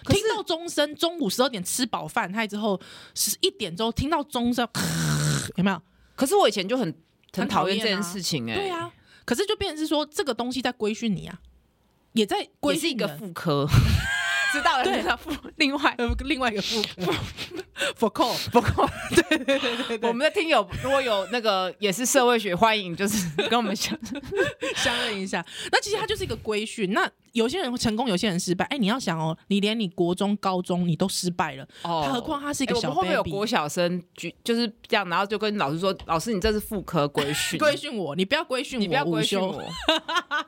Speaker 1: 可
Speaker 2: 听
Speaker 1: 是
Speaker 2: 到钟声，中午十二点吃饱饭，嗨之后十一点钟听到钟声，有没有？
Speaker 1: 可是我以前就很
Speaker 2: 很
Speaker 1: 很
Speaker 2: 讨
Speaker 1: 讨厌
Speaker 2: 厌
Speaker 1: 这件
Speaker 2: 啊
Speaker 1: 事情哎、
Speaker 2: 对啊，可是就变成是说这个东西在规训你啊，也在规
Speaker 1: 也是一
Speaker 2: 训
Speaker 1: 个
Speaker 2: 人
Speaker 1: 妇科， 知道了，
Speaker 2: 对
Speaker 1: 知道妇。另外，
Speaker 2: 呃另外一 个副科 for call
Speaker 1: 不 过，我们的听友如果有那个也是社会学，欢迎就是 跟我们讲。
Speaker 2: 相认一下。那其实它就是一个规训。那有些人成功，有些人失败。哎，你要想哦，你连你国中、高中你都失败了，
Speaker 1: 哦
Speaker 2: 何况他是一个
Speaker 1: 欸我
Speaker 2: 小
Speaker 1: 们会不会有
Speaker 2: baby
Speaker 1: 国小生举就是这样，然后就跟老师说：“老师，你这是妇科规 训，
Speaker 2: 规训我，你不要规训我，
Speaker 1: 你不要规训
Speaker 2: 午休。
Speaker 1: 我。”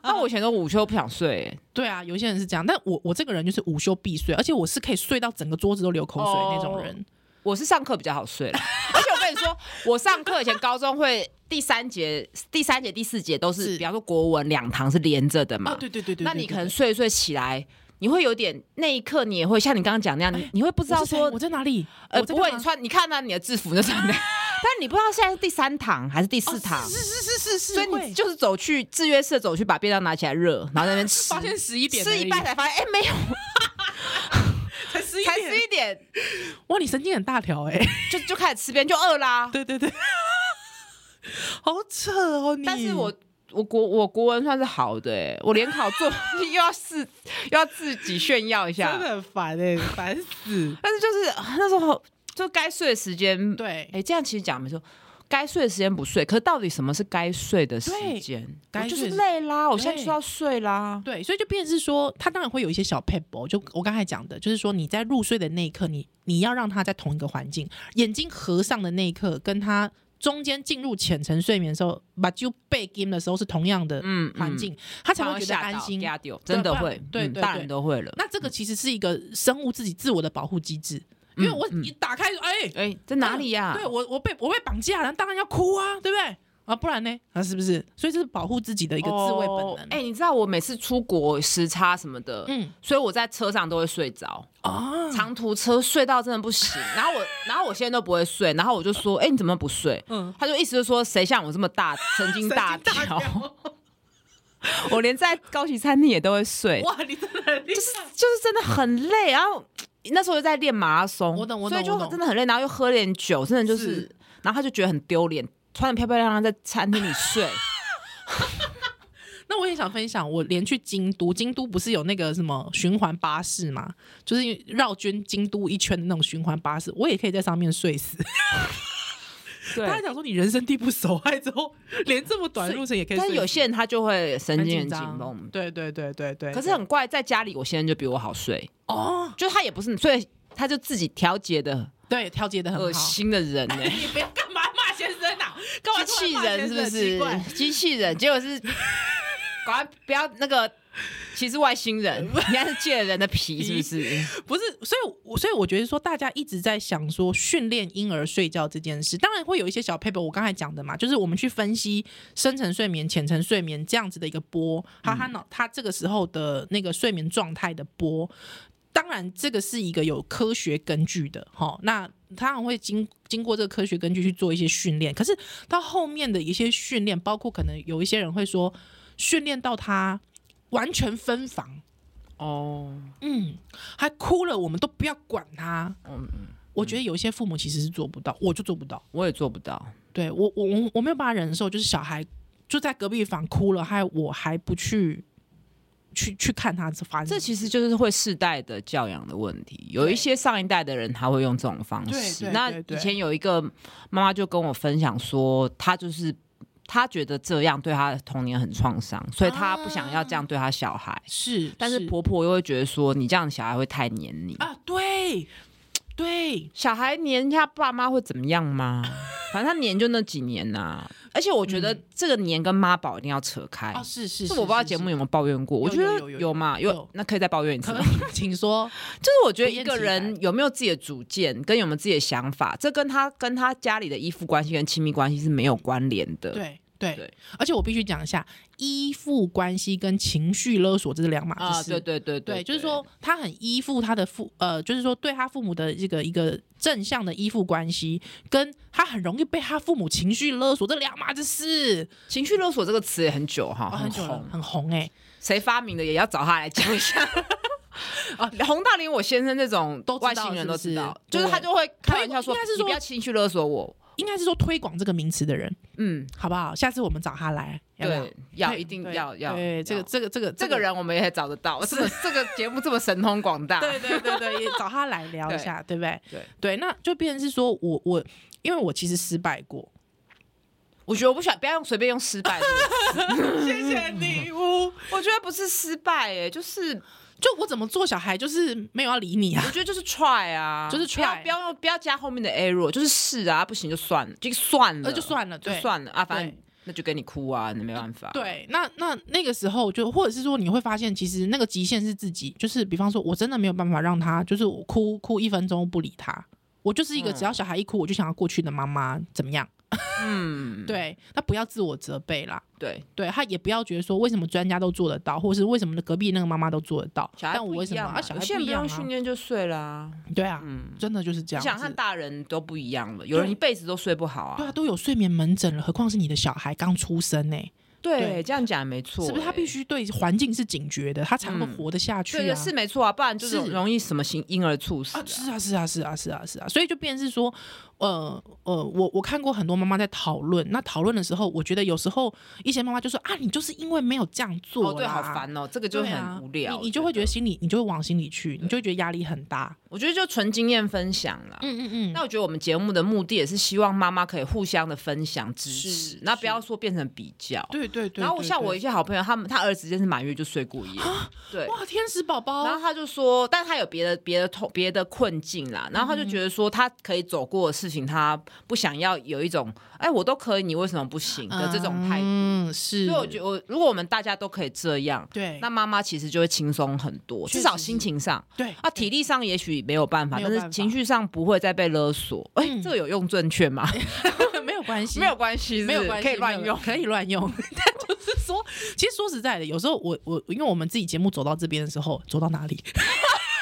Speaker 1: 那我以前都午休不想睡、欸，
Speaker 2: 对啊，有些人是这样，但我我这个人就是午休必睡，而且我是可以睡到整个桌子都流口水
Speaker 1: 哦
Speaker 2: 那种人。
Speaker 1: 我是上课比较好 睡啦，而且我跟你说，我上课以前高中会第三节、第三节、第四节都是，哦
Speaker 2: 是
Speaker 1: 比方说国文两堂是连着的嘛，
Speaker 2: 啊，对对对对，
Speaker 1: 那
Speaker 2: 对
Speaker 1: 你
Speaker 2: 对
Speaker 1: 可能
Speaker 2: 对
Speaker 1: 睡一睡起来，你会有点那一刻，你也会像你刚刚讲那样，你你会不知
Speaker 2: 我
Speaker 1: 道
Speaker 2: 是谁
Speaker 1: 说
Speaker 2: 我，在哪里？
Speaker 1: 呃，
Speaker 2: 我在
Speaker 1: 不
Speaker 2: 干
Speaker 1: 会
Speaker 2: 嘛
Speaker 1: 你穿，你看到啊你的制服就穿的，但啊你不知道现在是第三堂还是第四堂
Speaker 2: 哦，是是是是是，
Speaker 1: 所以
Speaker 2: 会
Speaker 1: 你就是走去制约社走去把便当拿起来热，然后在那边吃，
Speaker 2: 发现十一点而
Speaker 1: 吃
Speaker 2: 已，
Speaker 1: 一半才发现，哎，没有，
Speaker 2: 才十一
Speaker 1: 才吃一点，
Speaker 2: 哇，你神经很大条 哎、
Speaker 1: 就就开始吃边就饿啦。
Speaker 2: 对对对， 好扯哦你。
Speaker 1: 但是我。我国我国文算是好的、欸，我联考做 又要自又要自己炫耀一
Speaker 2: 真
Speaker 1: 下，
Speaker 2: 的很烦哎、烦死。
Speaker 1: 但是就是啊那时候就该睡的时间
Speaker 2: 对
Speaker 1: 哎、，这样其实讲没错，该睡的时间不睡，可是到底什么是该睡的时间？
Speaker 2: 该
Speaker 1: 我就是
Speaker 2: 睡的时
Speaker 1: 累啦，我现在
Speaker 2: 对
Speaker 1: 就是要睡啦。
Speaker 2: 对，所以就变成是说，他当然会有一些小 p e b 就我刚才讲的，就是说你在入睡的那一刻，你你要让他在同一个环境，眼睛合上的那一刻，跟他中间进入浅层睡眠的时候，把就被 game 的时候是同样的
Speaker 1: 嗯
Speaker 2: 环境，他才
Speaker 1: 常
Speaker 2: 会觉得安心。
Speaker 1: 压掉，真的会，
Speaker 2: 对
Speaker 1: 嗯
Speaker 2: 对
Speaker 1: 大
Speaker 2: 对
Speaker 1: 人都会了。
Speaker 2: 那这个其实是一个生物自己自我的保护机制，因为
Speaker 1: 嗯
Speaker 2: 我
Speaker 1: 嗯
Speaker 2: 一打开，哎、
Speaker 1: 哎、在哪里呀、
Speaker 2: 对我，我被我被绑架了，当然要哭啊，对不对？啊，不然呢？啊，是不是？所以这是保护自己的一
Speaker 1: 一
Speaker 2: 个自卫本能。
Speaker 1: 哎、你知道我每次出国时差什么的，
Speaker 2: 嗯
Speaker 1: 所以我在车上都会睡着，
Speaker 2: 啊，
Speaker 1: 长途车睡到真的不行。然后我，然后我现在都不会睡，然后我就说，哎、你怎么不睡？
Speaker 2: 嗯，
Speaker 1: 他就一直就说，谁像我这么大，神经大
Speaker 2: 神经
Speaker 1: 条？ 我连在高级餐厅也都会睡。
Speaker 2: 哇，你真的很厉
Speaker 1: 就是就是真的很累，然后那时候又在练马拉松，
Speaker 2: 我懂我
Speaker 1: 所
Speaker 2: 懂
Speaker 1: 以
Speaker 2: 我
Speaker 1: 就
Speaker 2: 懂
Speaker 1: 真的很累，然后又喝点酒，真的就是，
Speaker 2: 是
Speaker 1: 然后他就觉得很丢脸，穿的漂漂亮亮在餐厅里 睡，
Speaker 2: 那我也想分享，我连去京都，京都不是有那个什么循环巴士嘛，就是绕圈京都一圈的那种循环巴士，我也可以在上面睡死。他还
Speaker 1: 对。
Speaker 2: 讲说，你人生地不熟，还之后连这么短的路程也可以睡
Speaker 1: 但
Speaker 2: 死，
Speaker 1: 是有些人他就会神
Speaker 2: 很
Speaker 1: 经很
Speaker 2: 紧
Speaker 1: 紧
Speaker 2: 张
Speaker 1: 绷，，
Speaker 2: 对对对对对。
Speaker 1: 可是很怪，在家里我先生就比我好睡，
Speaker 2: 哦，
Speaker 1: 就他也不是，所以他就自己调节的
Speaker 2: 对，调节的很
Speaker 1: 恶
Speaker 2: 好。
Speaker 1: 心的人呢、 欸
Speaker 2: 你不要干嘛骂先生啊？干嘛
Speaker 1: 机
Speaker 2: 突然
Speaker 1: 器
Speaker 2: 骂
Speaker 1: 人
Speaker 2: 先
Speaker 1: 是不
Speaker 2: 生奇怪
Speaker 1: 是？机器人，结果 是，赶快不要那个，其实外星人，应该是借人的皮，是不是？
Speaker 2: 不是，所以我所以我觉得说，大家一直在想说训练婴儿睡觉这件事，当然会有一些小 paper，我刚才讲的嘛，就是我们去分析深层睡眠、浅层睡眠这样子的一个波，还有他脑他这个时候的那个睡眠状态的波。当然，这个是一个有科学根据的，哈。那他很会经经过这个科学根据去做一些训练，可是到后面的一些训练，包括可能有一些人会说，训练到他完全分房，
Speaker 1: 哦，
Speaker 2: 嗯，还哭了，我们都不要管他。嗯我觉得有一些父母其实是做不到，我就做不到。
Speaker 1: 我也做不到。
Speaker 2: 对我，我我我没有办法忍受，就是小孩就在隔壁房哭了，还我还不去去去看他发
Speaker 1: 这
Speaker 2: 生什
Speaker 1: 其实就是会世代的教养的问题，有一些上一代的人他会用这种方式。
Speaker 2: 对对
Speaker 1: 那
Speaker 2: 对对
Speaker 1: 以前有一个妈妈就跟我分享说，她就是他觉得这样对他的童年很创伤，所以他不想要这样对他小孩。
Speaker 2: 是，
Speaker 1: 但是
Speaker 2: 啊是
Speaker 1: 婆婆又会觉得说，你这样小孩会太黏你。
Speaker 2: 啊，对对，
Speaker 1: 小孩黏一下爸妈会怎么样吗？反正他黏就那几年呐、而且我觉得这个黏跟妈宝一定要扯开。
Speaker 2: 嗯哦是是，
Speaker 1: 哎这我不知道节目有没有抱怨过，我
Speaker 2: 有
Speaker 1: 觉
Speaker 2: 有
Speaker 1: 得
Speaker 2: 有有
Speaker 1: 有嘛，
Speaker 2: 有
Speaker 1: 有那可以再抱怨一次
Speaker 2: 可
Speaker 1: 吗。
Speaker 2: 以，请说。
Speaker 1: 就是我觉得
Speaker 2: 不厌
Speaker 1: 一个
Speaker 2: 其
Speaker 1: 人
Speaker 2: 烦
Speaker 1: 有没有自己的主见，跟有没有自己的想法，这跟他跟他家里的依附关系跟亲密关系是没有关联的。，
Speaker 2: 对对
Speaker 1: 对
Speaker 2: 而且我必须讲一下，依附关系跟情绪勒索这是两码
Speaker 1: 啊，
Speaker 2: 子事。
Speaker 1: 对对对
Speaker 2: 对就是说他很依附他的父，呃，就是说对他父母的这个一个正向的依附关系，跟他很容易被他父母情绪勒索，这两码子事。
Speaker 1: 情绪勒索这个词也很久哈，
Speaker 2: 哦，很久了
Speaker 1: 红，，
Speaker 2: 很红哎、
Speaker 1: 谁发明的也要找他来讲一下。 啊，红到连我先生这种
Speaker 2: 都知道
Speaker 1: 外星人都知道，就
Speaker 2: 是不是
Speaker 1: 是他就会开玩笑说：“
Speaker 2: 推应该是
Speaker 1: 你
Speaker 2: 说
Speaker 1: 不要情绪勒索我。
Speaker 2: 应该是说推广这个名词的人，”
Speaker 1: 嗯，
Speaker 2: 好不好？下次我们找他来，要不要
Speaker 1: 对，要
Speaker 2: 对
Speaker 1: 一定
Speaker 2: 对
Speaker 1: 要要。
Speaker 2: 对，这个
Speaker 1: 要
Speaker 2: 这个这个
Speaker 1: 这个，人我啊们也找得到，这个这个节目这么神通广大，
Speaker 2: 对对对对，也找他来聊一下，对不对？
Speaker 1: 对
Speaker 2: 对，那就变成是说我我，因为我其实失败过，
Speaker 1: 我觉得我不想不要用随便用失 败这个词
Speaker 2: 谢谢你呜。
Speaker 1: 我觉得不是失败、欸，就是
Speaker 2: 就我怎么做小孩，就是没有要理你啊
Speaker 1: 我，觉得就是 try 啊，
Speaker 2: 就是
Speaker 1: 不要
Speaker 2: try
Speaker 1: 不要用不要加后面的 error，就是试啊，不行就算了，就算了，
Speaker 2: 呃，就算了，
Speaker 1: 就
Speaker 2: 对
Speaker 1: 算了啊，反正
Speaker 2: 对
Speaker 1: 那就跟你哭啊，那没办法。，
Speaker 2: 对。那那那个时候就，或者是说你会发现，其实那个极限是自己，就是比方说，我真的没有办法让他，就是我哭哭一分钟不理他。我就是一个
Speaker 1: 嗯
Speaker 2: 只要小孩一哭，我就想要过去的妈妈怎么样？
Speaker 1: 嗯，
Speaker 2: 对，那不要自我责备啦。
Speaker 1: 对，
Speaker 2: 对他也不要觉得说为什么专家都做得到，或是为什么隔壁那个妈妈都做得到，
Speaker 1: 小孩
Speaker 2: 但
Speaker 1: 不
Speaker 2: 我为
Speaker 1: 一
Speaker 2: 什么
Speaker 1: 样
Speaker 2: 啊？小
Speaker 1: 有
Speaker 2: 孩
Speaker 1: 些
Speaker 2: 不
Speaker 1: 人
Speaker 2: 一
Speaker 1: 不
Speaker 2: 样
Speaker 1: 用
Speaker 2: 啊
Speaker 1: 训，练就睡啦、啊，
Speaker 2: 对啊，
Speaker 1: 嗯。
Speaker 2: 真的就是这
Speaker 1: 你
Speaker 2: 样
Speaker 1: 想看
Speaker 2: 子。
Speaker 1: 大人都不一样了，有人一辈子都睡不好
Speaker 2: 对啊，
Speaker 1: 啊。
Speaker 2: 都有睡眠门诊了，何况是你的小孩刚出生呢、
Speaker 1: 对，
Speaker 2: 对
Speaker 1: 这样讲也没错、
Speaker 2: 是不是？他
Speaker 1: 欸
Speaker 2: 必须啊对环境是警觉的，他才会
Speaker 1: 嗯
Speaker 2: 活得下去
Speaker 1: 对
Speaker 2: 啊。
Speaker 1: 对是没错啊，不然就是是容易什么型婴儿猝死、
Speaker 2: 啊，是啊，是啊，是啊，是啊，是啊，所以就变成是说，呃呃，我我看过很多妈妈在讨论，那讨论的时候，我觉得有时候一些妈妈就说啊，你就是因为没有这样做
Speaker 1: 哦，
Speaker 2: 啦，
Speaker 1: 对，好烦哦，这个就
Speaker 2: 对啊
Speaker 1: 很无聊。
Speaker 2: 你你就会觉得心里，你就会往心里去，你就会觉得压力很大。
Speaker 1: 我觉得就纯经验分享啦。
Speaker 2: 嗯嗯嗯
Speaker 1: 那我觉得我们节目的目的也是希望妈妈可以互相的分享支
Speaker 2: 是
Speaker 1: 持，那不要说变成比较。
Speaker 2: 对对对。
Speaker 1: 然后我
Speaker 2: 对
Speaker 1: 像我一
Speaker 2: 对啊
Speaker 1: 些好朋友，他们他儿子真是满月就睡过夜，对。
Speaker 2: 哇，天使宝
Speaker 1: 然
Speaker 2: 宝
Speaker 1: 后他就说，但他有别的别的痛别的困境啦，然后
Speaker 2: 嗯
Speaker 1: 他就觉得说，他可以走过的事情，他不想要有一种，哎，我都可以，你为什么不行的这种态度。
Speaker 2: 嗯，是。
Speaker 1: 所以我觉得我，如果我们大家都可以这样，
Speaker 2: 对，
Speaker 1: 那妈妈其实就会轻松很多，
Speaker 2: 确实
Speaker 1: 至少
Speaker 2: 是
Speaker 1: 心情上。
Speaker 2: 对
Speaker 1: 啊，体力上也许没有办法，
Speaker 2: 没有
Speaker 1: 但
Speaker 2: 办法
Speaker 1: 是情绪上不会再被勒索。哎、
Speaker 2: 嗯
Speaker 1: 这个有用正确吗？
Speaker 2: 对没有关 系，
Speaker 1: 没有关系，是不
Speaker 2: 没
Speaker 1: 是
Speaker 2: 有关系，
Speaker 1: 可以乱
Speaker 2: 没有
Speaker 1: 用。
Speaker 2: 可以乱用。 但就是说，其实说实在的，有时候我我因为我们自己节目走到这边的时候，走到哪里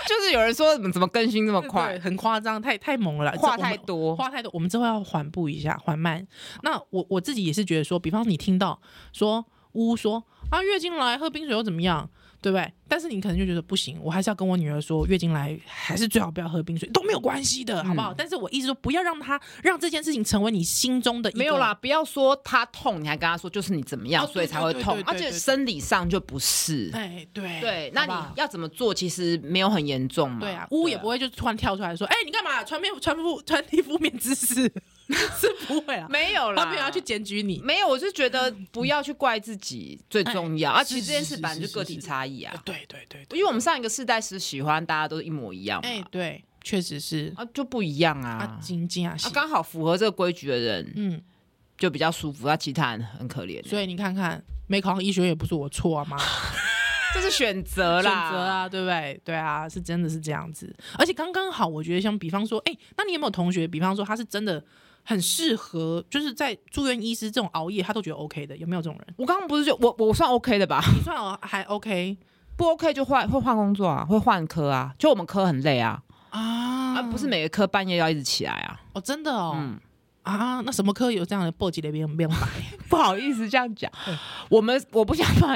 Speaker 1: 就是有人说怎么怎么更新这么
Speaker 2: 对
Speaker 1: 快，
Speaker 2: 很夸张，太太猛了啦，
Speaker 1: 话
Speaker 2: 这我们
Speaker 1: 太多。
Speaker 2: 话太多，我们之后要缓步一下，缓慢。那我我自己也是觉得说，比方你听到说呜说啊月经来喝冰水又怎么样，对不对？但是你可能就觉得不行，我还是要跟我女儿说，月经来还是最好不要喝冰水，都没有关系的，好不好？但是我一直说不要让她让这件事情成为你心中的一个
Speaker 1: 没有啦，，不要说他痛，你还跟他说就是你怎么样，
Speaker 2: 哦对
Speaker 1: 所以才会痛
Speaker 2: 对对对，对
Speaker 1: 而
Speaker 2: 对
Speaker 1: 且
Speaker 2: 对
Speaker 1: 生理上就不是。
Speaker 2: 哎对
Speaker 1: 对，那
Speaker 2: 好不
Speaker 1: 你
Speaker 2: 好
Speaker 1: 要怎么做？其实没有很严重嘛。
Speaker 2: 对啊，呜也不会就突然跳出来说，哎、你干嘛传面传负传递负面知识？ 是不会啦，
Speaker 1: 没有啦，
Speaker 2: 他没有要去检举你。
Speaker 1: 没有，我是觉得不要去怪自己最重要，
Speaker 2: 哎
Speaker 1: 而其实
Speaker 2: 是
Speaker 1: 这件
Speaker 2: 是
Speaker 1: 事
Speaker 2: 是
Speaker 1: 本来就是个
Speaker 2: 是
Speaker 1: 体
Speaker 2: 是
Speaker 1: 差异啊。
Speaker 2: 对对对对，
Speaker 1: 因为我们上一个世代是喜欢大家都是一模一样嘛，
Speaker 2: 哎、对，确实是
Speaker 1: 啊就不一样
Speaker 2: 哦啊
Speaker 1: 啊，。
Speaker 2: 晶晶啊，
Speaker 1: 啊
Speaker 2: 是，
Speaker 1: 刚好符合这个规矩的人
Speaker 2: 嗯，
Speaker 1: 就比较舒服，那其他人很可怜，
Speaker 2: 所以你看看，没考上医学院也不是我错啊妈，
Speaker 1: 这是选择
Speaker 2: 选择
Speaker 1: 啦，
Speaker 2: 啊，对不对？对啊，是真的是这样子，而且刚刚好，我觉得像比方说，哎、那你有没有同学，比方说他是真的很适合，就是在住院医师这种熬夜，他都觉得 OK 的，有没有这种人？
Speaker 1: 我刚刚不是就我我算 OK 的吧？
Speaker 2: 你算哦还 OK
Speaker 1: 不 OK 就换会换工作啊，会换科啊，就我们科很累啊，
Speaker 2: 啊
Speaker 1: 啊不是每个科半夜要一直起来啊，
Speaker 2: 哦，真的哦。
Speaker 1: 嗯
Speaker 2: 啊，那什么科有这样的暴击的变变白？
Speaker 1: 不好意思这样讲，
Speaker 2: 嗯
Speaker 1: 我们我不想把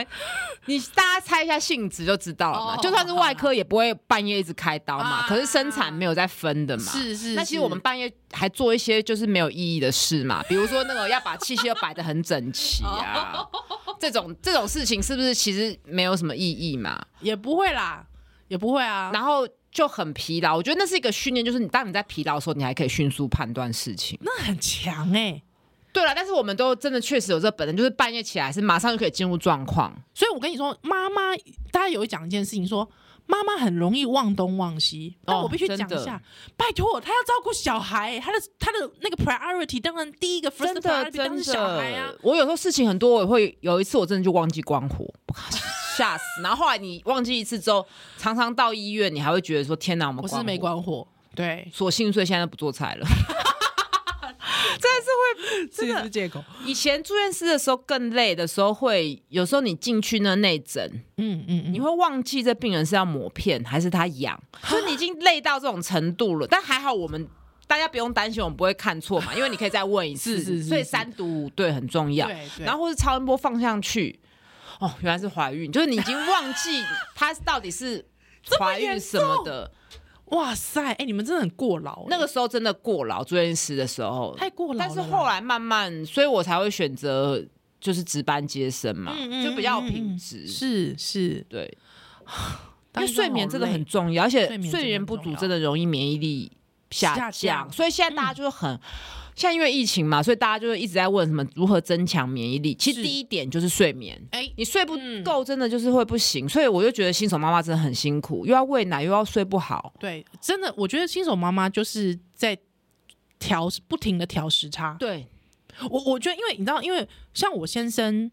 Speaker 1: 你大家猜一下性质就知道了嘛，
Speaker 2: 哦
Speaker 1: 就算是外科也不会半夜一直开刀嘛，
Speaker 2: 啊
Speaker 1: 可是生产没有在分的嘛，
Speaker 2: 是是
Speaker 1: 那其实我们半夜还做一些就是没有意义的事 嘛，比如说那个要把器械要摆得很整齐啊，
Speaker 2: 哦
Speaker 1: 这种这种事情是不是其实没有什么意义嘛？
Speaker 2: 也不会啦，也不会啊。
Speaker 1: 然后就很疲劳，我觉得那是一个训练，就是你当你在疲劳的时候，你还可以迅速判断事情。
Speaker 2: 那很强哎、
Speaker 1: 对了，但是我们都真的确实有这本能，就是半夜起来是马上就可以进入状况。
Speaker 2: 所以我跟你说，妈妈，大家有讲一件事情说。妈妈很容易忘东忘西，但我必须
Speaker 1: 哦真
Speaker 2: 讲
Speaker 1: 的
Speaker 2: 一下，拜托，她要照顾小孩，她的她的那个 priority 当然第一个 first
Speaker 1: 真的
Speaker 2: priority
Speaker 1: 真
Speaker 2: 当然
Speaker 1: 的
Speaker 2: 是小孩啊，
Speaker 1: 我有时候事情很多，我也会有一次我真的就忘记 关火，吓死！然后后来你忘记一次之后，常常到医院，你还会觉得说：“天哪，我们
Speaker 2: 我是没
Speaker 1: 火。
Speaker 2: 关火，对，
Speaker 1: 索性所以现在不做菜了。
Speaker 2: 这个是借口，
Speaker 1: 以前住院室的时候更累的时候会，有时候你进去那内诊，
Speaker 2: 嗯嗯嗯
Speaker 1: 你，会忘记这病人是要抹片还是他痒，就是你已经累到这种程度了。但还好我们大家不用担心，我们不会看错嘛，因为你可以再问一次。
Speaker 2: 是是是
Speaker 1: 所以
Speaker 2: 是
Speaker 1: 三读五对很重要。
Speaker 2: 对对，
Speaker 1: 然后或是超音波放上去，哦，原来是怀孕，就是你已经忘记她到底是怀孕什么的。
Speaker 2: 哇塞，哎、你们真的很过劳、哎
Speaker 1: 那个时候真的过劳，住院室的时候
Speaker 2: 太过劳了
Speaker 1: 但
Speaker 2: 啦，
Speaker 1: 是后来慢慢，所以我才会选择就是值班接生嘛，
Speaker 2: 嗯嗯
Speaker 1: 就比较有
Speaker 2: 嗯嗯
Speaker 1: 品
Speaker 2: 嗯
Speaker 1: 质。
Speaker 2: 是是，
Speaker 1: 对，因
Speaker 2: 当
Speaker 1: 为
Speaker 2: 医生
Speaker 1: 睡眠
Speaker 2: 好
Speaker 1: 真的
Speaker 2: 累哦
Speaker 1: 很重要，而且
Speaker 2: 睡眠真的
Speaker 1: 睡眠
Speaker 2: 很
Speaker 1: 不
Speaker 2: 重
Speaker 1: 足
Speaker 2: 要
Speaker 1: 真的容易免疫力下降，
Speaker 2: 下降
Speaker 1: 所以现在大家就是很。现在因为疫情嘛，所以大家就是一直在问什么如何增强免疫力。其实
Speaker 2: 是
Speaker 1: 第一点就是睡眠，
Speaker 2: 哎、
Speaker 1: 你睡不
Speaker 2: 嗯
Speaker 1: 够，真的就是会不行。所以我就觉得新手妈妈真的很辛苦，又要喂奶，又要睡不好。
Speaker 2: 对，真的，我觉得新手妈妈就是在调不停的调时差。
Speaker 1: 对，
Speaker 2: 我我觉得，因为你知道，因为像我先生。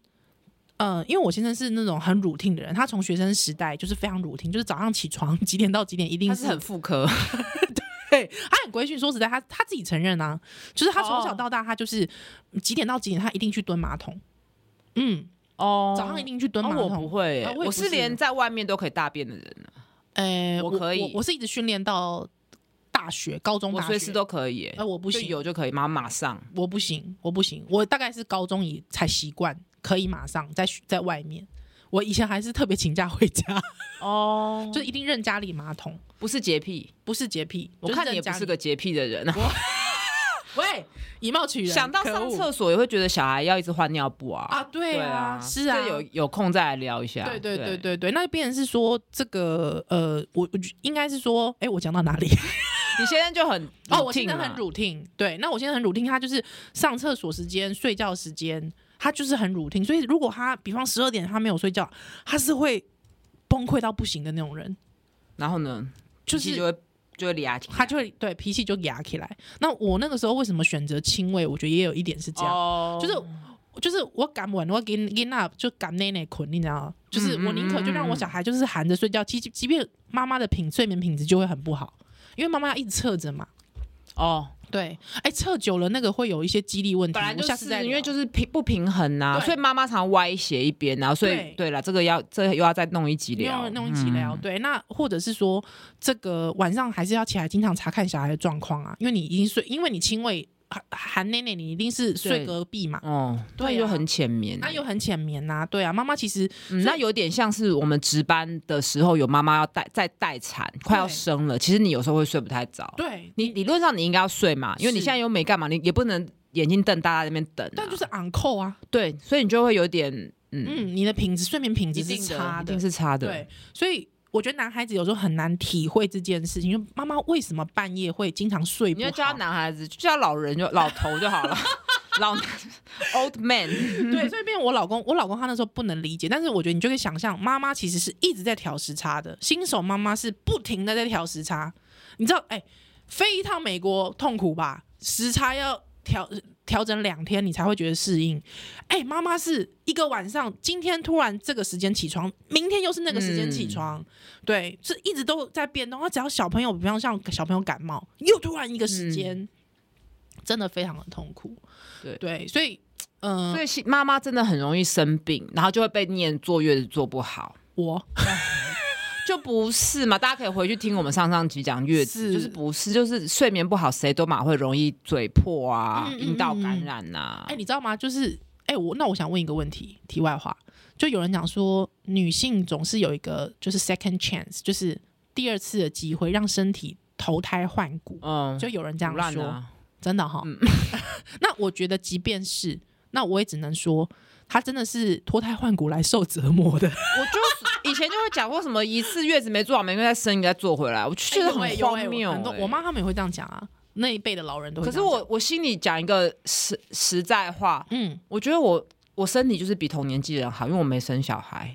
Speaker 2: 呃，因为我先生是那种很 routine 的人，他从学生时代就是非常 routine，就是早上起床几点到几点一定
Speaker 1: 它
Speaker 2: 是
Speaker 1: 是很妇科，
Speaker 2: 对，他很规矩。说实在，他他自己承认啊，就是他从
Speaker 1: 哦
Speaker 2: 小到大，他就是几点到几点，他一定去蹲马桶。嗯，
Speaker 1: 哦
Speaker 2: 早上一定去蹲马
Speaker 1: 哦我不
Speaker 2: 桶。
Speaker 1: 会耶、
Speaker 2: 啊我
Speaker 1: 我
Speaker 2: 也不
Speaker 1: 是
Speaker 2: 是
Speaker 1: 连在外面都可以大便的人啊、
Speaker 2: 呃，
Speaker 1: 我可以
Speaker 2: 我，我是一直训练到大学、高中、
Speaker 1: 我
Speaker 2: 大
Speaker 1: 随
Speaker 2: 学。
Speaker 1: 时都可以耶、
Speaker 2: 哎、我不
Speaker 1: 就
Speaker 2: 行，
Speaker 1: 有就可以，妈妈马上。
Speaker 2: 我不行，我不行，我大概是高中以才习惯可以马上在学在外面。我以前还是特别请假回家，
Speaker 1: 哦，
Speaker 2: 就一定认家里马桶，
Speaker 1: 不是洁癖，
Speaker 2: 不是洁癖。
Speaker 1: 我
Speaker 2: 就是
Speaker 1: 看你也
Speaker 2: 认
Speaker 1: 不
Speaker 2: 家
Speaker 1: 是
Speaker 2: 里
Speaker 1: 个洁癖的人啊。
Speaker 2: 喂，以貌取人，
Speaker 1: 想到
Speaker 2: 可
Speaker 1: 上
Speaker 2: 恶
Speaker 1: 厕所也会觉得小孩要一直换尿布啊。
Speaker 2: 啊，对啊，是啊，
Speaker 1: 这有有空再来聊一下。
Speaker 2: 对对啊对对对，那就变成是说这个呃，我我觉应该是说，哎、我讲到哪里？
Speaker 1: 你现在就很
Speaker 2: 哦，我现
Speaker 1: routine
Speaker 2: 在很
Speaker 1: 嘛
Speaker 2: routine，对，那我现在很 routine，他就是上厕所时间、睡觉时间，他就是很 routine，所以如果他比方十二点他没有睡觉，他是会崩溃到不行的那种人，
Speaker 1: 然后呢，
Speaker 2: 就。
Speaker 1: 脾气就是会就会俩
Speaker 2: 他就会对脾气就压起来。那我那个时候为什么选择亲喂？我觉得也有一点是这样，
Speaker 1: 哦
Speaker 2: 就是就是我敢吻，我给给那就敢内内捆，你知道吗？就是
Speaker 1: 嗯
Speaker 2: 我宁可就让我小孩就是含着睡觉，即即便妈妈的品睡眠品质就会很不好，因为妈妈要一直侧着嘛。
Speaker 1: 哦，
Speaker 2: 对，哎，侧久了那个会有一些肌力问题，
Speaker 1: 本来就
Speaker 2: 我下
Speaker 1: 是
Speaker 2: 次再
Speaker 1: 因为就是是平不平衡呐、
Speaker 2: 对
Speaker 1: 所以妈妈常歪斜一边啊，所以
Speaker 2: 对
Speaker 1: 对了，这个要这个又要再嗯弄一集聊
Speaker 2: 用，弄一起聊。对，那或者是说这个晚上还是要起来经常查看小孩的状况啊，因为你已经睡，因为你亲喂含含内内，你一定是
Speaker 1: 对嗯
Speaker 2: 睡隔壁嘛。
Speaker 1: 哦，
Speaker 2: 对啊
Speaker 1: 对，又很浅眠、
Speaker 2: 那又很浅眠呐、对啊，妈妈其实
Speaker 1: 嗯，那有点像是我们值班的时候，有妈妈要待在待产，快要生了，其实你有时候会睡不太着。
Speaker 2: 对
Speaker 1: 你理论上你应该要睡嘛，因为你
Speaker 2: 是
Speaker 1: 现在又没干嘛，你也不能眼睛瞪大在那边等、啊。
Speaker 2: 但就是昂扣啊，
Speaker 1: 对，所以你就会有点嗯，
Speaker 2: 嗯，你的品质睡眠品质
Speaker 1: 一
Speaker 2: 是
Speaker 1: 定
Speaker 2: 差
Speaker 1: 一定是差的。
Speaker 2: 对，所以我觉得男孩子有时候很难体会这件事情，就妈妈为什么半夜会经常睡不
Speaker 1: 你
Speaker 2: 好？
Speaker 1: 就叫他男孩子，就叫他老人就老头就好 了，老 old man。
Speaker 2: 对，所以变我老公，我老公他那时候不能理解，但是我觉得你就可以想象，妈妈其实是一直在调时差的，新手妈妈是不停的在调时差。你知道，哎、飞一趟美国痛苦吧？时差要调调整两天，你才会觉得适应。哎、妈妈是一个晚上，今天突然这个时间起床，明天又是那个时间起
Speaker 1: 嗯
Speaker 2: 床，对，是一直都在变动。那只要小朋友，比方像小朋友感冒，又突然一个时
Speaker 1: 嗯
Speaker 2: 间，真的非常的痛苦。
Speaker 1: 对
Speaker 2: 对，所以。嗯、
Speaker 1: 所以新妈妈真的很容易生病，然后就会被念坐月子做不好，
Speaker 2: 我
Speaker 1: 就不是嘛？大家可以回去听我们上上集讲月子，
Speaker 2: 是
Speaker 1: 就是不是就是睡眠不好，谁都嘛会容易嘴破啊、
Speaker 2: 嗯嗯
Speaker 1: 阴道感染啊呐、
Speaker 2: 哎、你知道吗？就是哎、我那我想问一个问题，题外话，就有人讲说，女性总是有一个就是 second chance，就是第二次的机会，让身体投胎换骨。
Speaker 1: 嗯，
Speaker 2: 就有人这样
Speaker 1: 腐烂
Speaker 2: 说，
Speaker 1: 啊，
Speaker 2: 真的哈。 那我觉得，即便是那我也只能说，她真的是脱胎换骨来受折 磨的。
Speaker 1: 我就以前就会讲过什么一次月子没做好，每个月再生一个再做回来，我就觉得
Speaker 2: 哎有欸
Speaker 1: 很
Speaker 2: 有
Speaker 1: 荒
Speaker 2: 欸
Speaker 1: 谬、
Speaker 2: 很多
Speaker 1: 欸
Speaker 2: 我妈他们也会这样讲啊。那一辈的老人都会
Speaker 1: 可是
Speaker 2: 这样讲。
Speaker 1: 我我心里讲一个实实在话，
Speaker 2: 嗯，
Speaker 1: 我觉得我我身体就是比同年纪的人好，因为我没生小孩，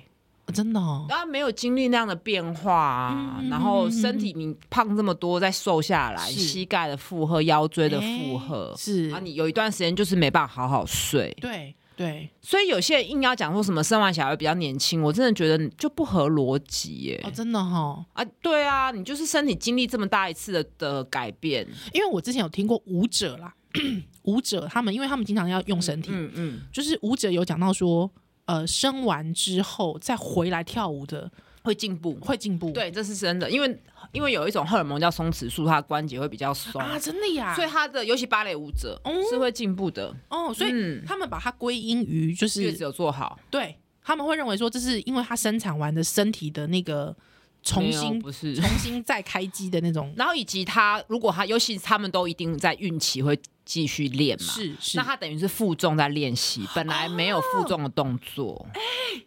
Speaker 2: 真的、哦，
Speaker 1: 当然没有经历那样的变化啊。
Speaker 2: 嗯嗯嗯
Speaker 1: 然后身体你胖这么多，再瘦下来，
Speaker 2: 是
Speaker 1: 膝盖的负荷、腰椎的负荷
Speaker 2: 哎，是
Speaker 1: 啊，你有一段时间就是没办法好好睡。
Speaker 2: 对对
Speaker 1: 所以有些人硬要讲说什么生完小孩比较年轻，我真的觉得就不合逻辑耶、
Speaker 2: 哦，真的哈、哦，
Speaker 1: 啊，对啊，你就是身体经历这么大一次的的改变，
Speaker 2: 因为我之前有听过舞者啦， 舞者他们，因为他们经常要用身体，
Speaker 1: 嗯嗯，
Speaker 2: 就是舞者有讲到说，呃，生完之后再回来跳舞的
Speaker 1: 会进步。
Speaker 2: 会进步，
Speaker 1: 对，这是真的，因为因为有一种荷尔蒙叫松弛素，它的关节会比较松，
Speaker 2: 啊，真的呀，
Speaker 1: 所以它的尤其芭蕾舞者、
Speaker 2: 哦
Speaker 1: 是会进步的，
Speaker 2: 哦，所以
Speaker 1: 嗯，
Speaker 2: 他们把它归因于就
Speaker 1: 月
Speaker 2: 是
Speaker 1: 子有做好，
Speaker 2: 对，他们会认为说，这是因为他生产完的身体的那个重
Speaker 1: 没有
Speaker 2: 新
Speaker 1: 不是。
Speaker 2: 重新再开机 的那种，
Speaker 1: 然后以及他，如果他，尤其他们都一定在孕期会继续练嘛，
Speaker 2: 是是
Speaker 1: 那。他等于是负重在练习，本来没有负重的动作。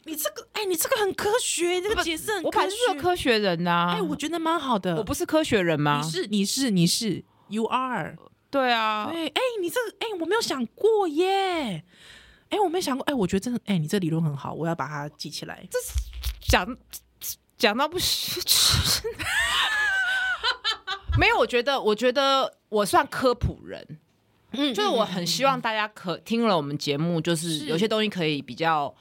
Speaker 2: 你这个哎，你这个很科学，这个解释很
Speaker 1: 我本哎来就是个科学人呐、
Speaker 2: 哎，我觉得蛮好的。
Speaker 1: 哦
Speaker 2: 啊
Speaker 1: 我不是科学人吗
Speaker 2: 你？是你是你是 you are
Speaker 1: 对啊，
Speaker 2: 对，哎，你这个哎，我没有想过耶。哎，我没想过，哎，我觉得真的，哎，你这理论很好，我要把它记起来。这
Speaker 1: 讲讲到不行， 没有，我觉得，我觉得我算科普人，
Speaker 2: 嗯
Speaker 1: 就是我很希望大家可听了我们节目，就是
Speaker 2: 是
Speaker 1: 有些东西可以比较。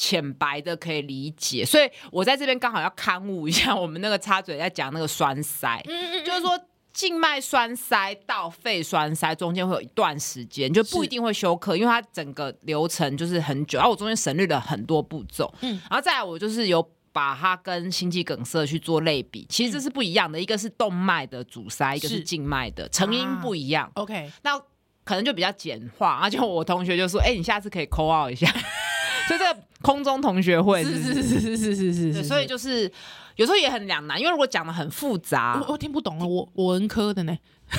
Speaker 1: 浅白的可以理解，所以我在这边刚好要刊物一下我们那个插嘴在讲那个栓塞，
Speaker 2: 嗯
Speaker 1: 就是说静脉栓塞到肺栓塞中间会有一段时间，就不
Speaker 2: 是
Speaker 1: 一定会休克，因为它整个流程就是很久。然后我中间省略了很多步骤，
Speaker 2: 嗯
Speaker 1: 然后再来我就是有。把它跟心肌梗塞去做类比，其实这是不一样的，一个是动脉的阻塞，一个是
Speaker 2: 嗯是
Speaker 1: 静脉的，成因
Speaker 2: 啊
Speaker 1: 不一样。
Speaker 2: OK，
Speaker 1: 那可能就比较简化。而且我同学就说：“哎、你下次可以 call out 一下。” 所以这个空中同学会
Speaker 2: 是
Speaker 1: 不
Speaker 2: 是是是是是是
Speaker 1: 对
Speaker 2: 是，
Speaker 1: 所以就是有时候也很两难，因为如果讲的很复杂，
Speaker 2: 啊我我听不懂了，我我文科的呢，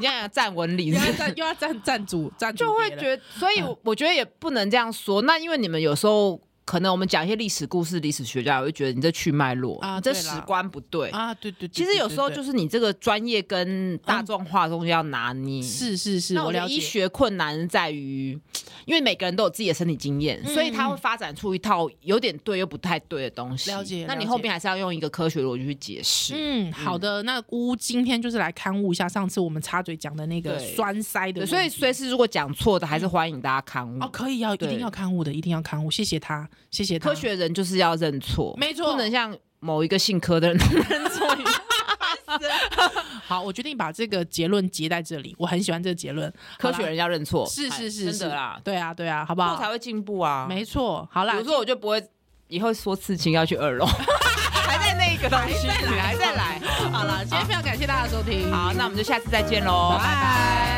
Speaker 1: 你看站文理
Speaker 2: 又
Speaker 1: 是不
Speaker 2: 要
Speaker 1: 是
Speaker 2: 站又要站站主站主
Speaker 1: 就会
Speaker 2: 别了
Speaker 1: 觉得，所以我我觉得也不能这样说。那因为你们有时候可能我们讲一些历史故事，历史学家也会觉得你这去脉络
Speaker 2: 啊
Speaker 1: 你这
Speaker 2: 对啦
Speaker 1: 史观不对。
Speaker 2: 啊，对对对，
Speaker 1: 其实有时候
Speaker 2: 对啊
Speaker 1: 就
Speaker 2: 对
Speaker 1: 是你这个专业跟大众化中间要拿捏。
Speaker 2: 是是是，
Speaker 1: 那我
Speaker 2: 嗯我
Speaker 1: 觉得
Speaker 2: 了
Speaker 1: 医
Speaker 2: 解，
Speaker 1: 学困难在于，因为每个人都有自己的身体经验，所
Speaker 2: 嗯
Speaker 1: 以他会发展出一套有点对又不太对的东西。
Speaker 2: 了解
Speaker 1: 那你
Speaker 2: 了解
Speaker 1: 后面还是要用一个科学逻辑去解释。
Speaker 2: 嗯，好的，那姑今天就是来刊物一下上次我们插嘴讲的那个
Speaker 1: 对
Speaker 2: 栓塞
Speaker 1: 对，
Speaker 2: 的问题，
Speaker 1: 所以随时如果讲错的，还是欢迎大家看我。
Speaker 2: 嗯哦，可以要一
Speaker 1: 对
Speaker 2: 定要刊物的，一定要刊物，谢谢他，谢谢他
Speaker 1: 科，学人就是要认错，
Speaker 2: 没错
Speaker 1: 不能像某一个姓科的人认错一样。
Speaker 2: 好，我决定把这个结论结在这里，我很喜欢这个结论，
Speaker 1: 科学
Speaker 2: 好啦
Speaker 1: 人要认错，
Speaker 2: 是
Speaker 1: 哎
Speaker 2: 是是
Speaker 1: 哦真的啦
Speaker 2: 是，对啊对啊，好不
Speaker 1: 错才
Speaker 2: 好？
Speaker 1: 会进步啊。
Speaker 2: 没错，好啦
Speaker 1: 有，时候我就不会，以后说刺青要去二楼， 还在那个东西，还在来。
Speaker 2: 好啦，今天非常感谢大家的收听，
Speaker 1: 好，那我们就下次再见喽，
Speaker 2: 拜拜。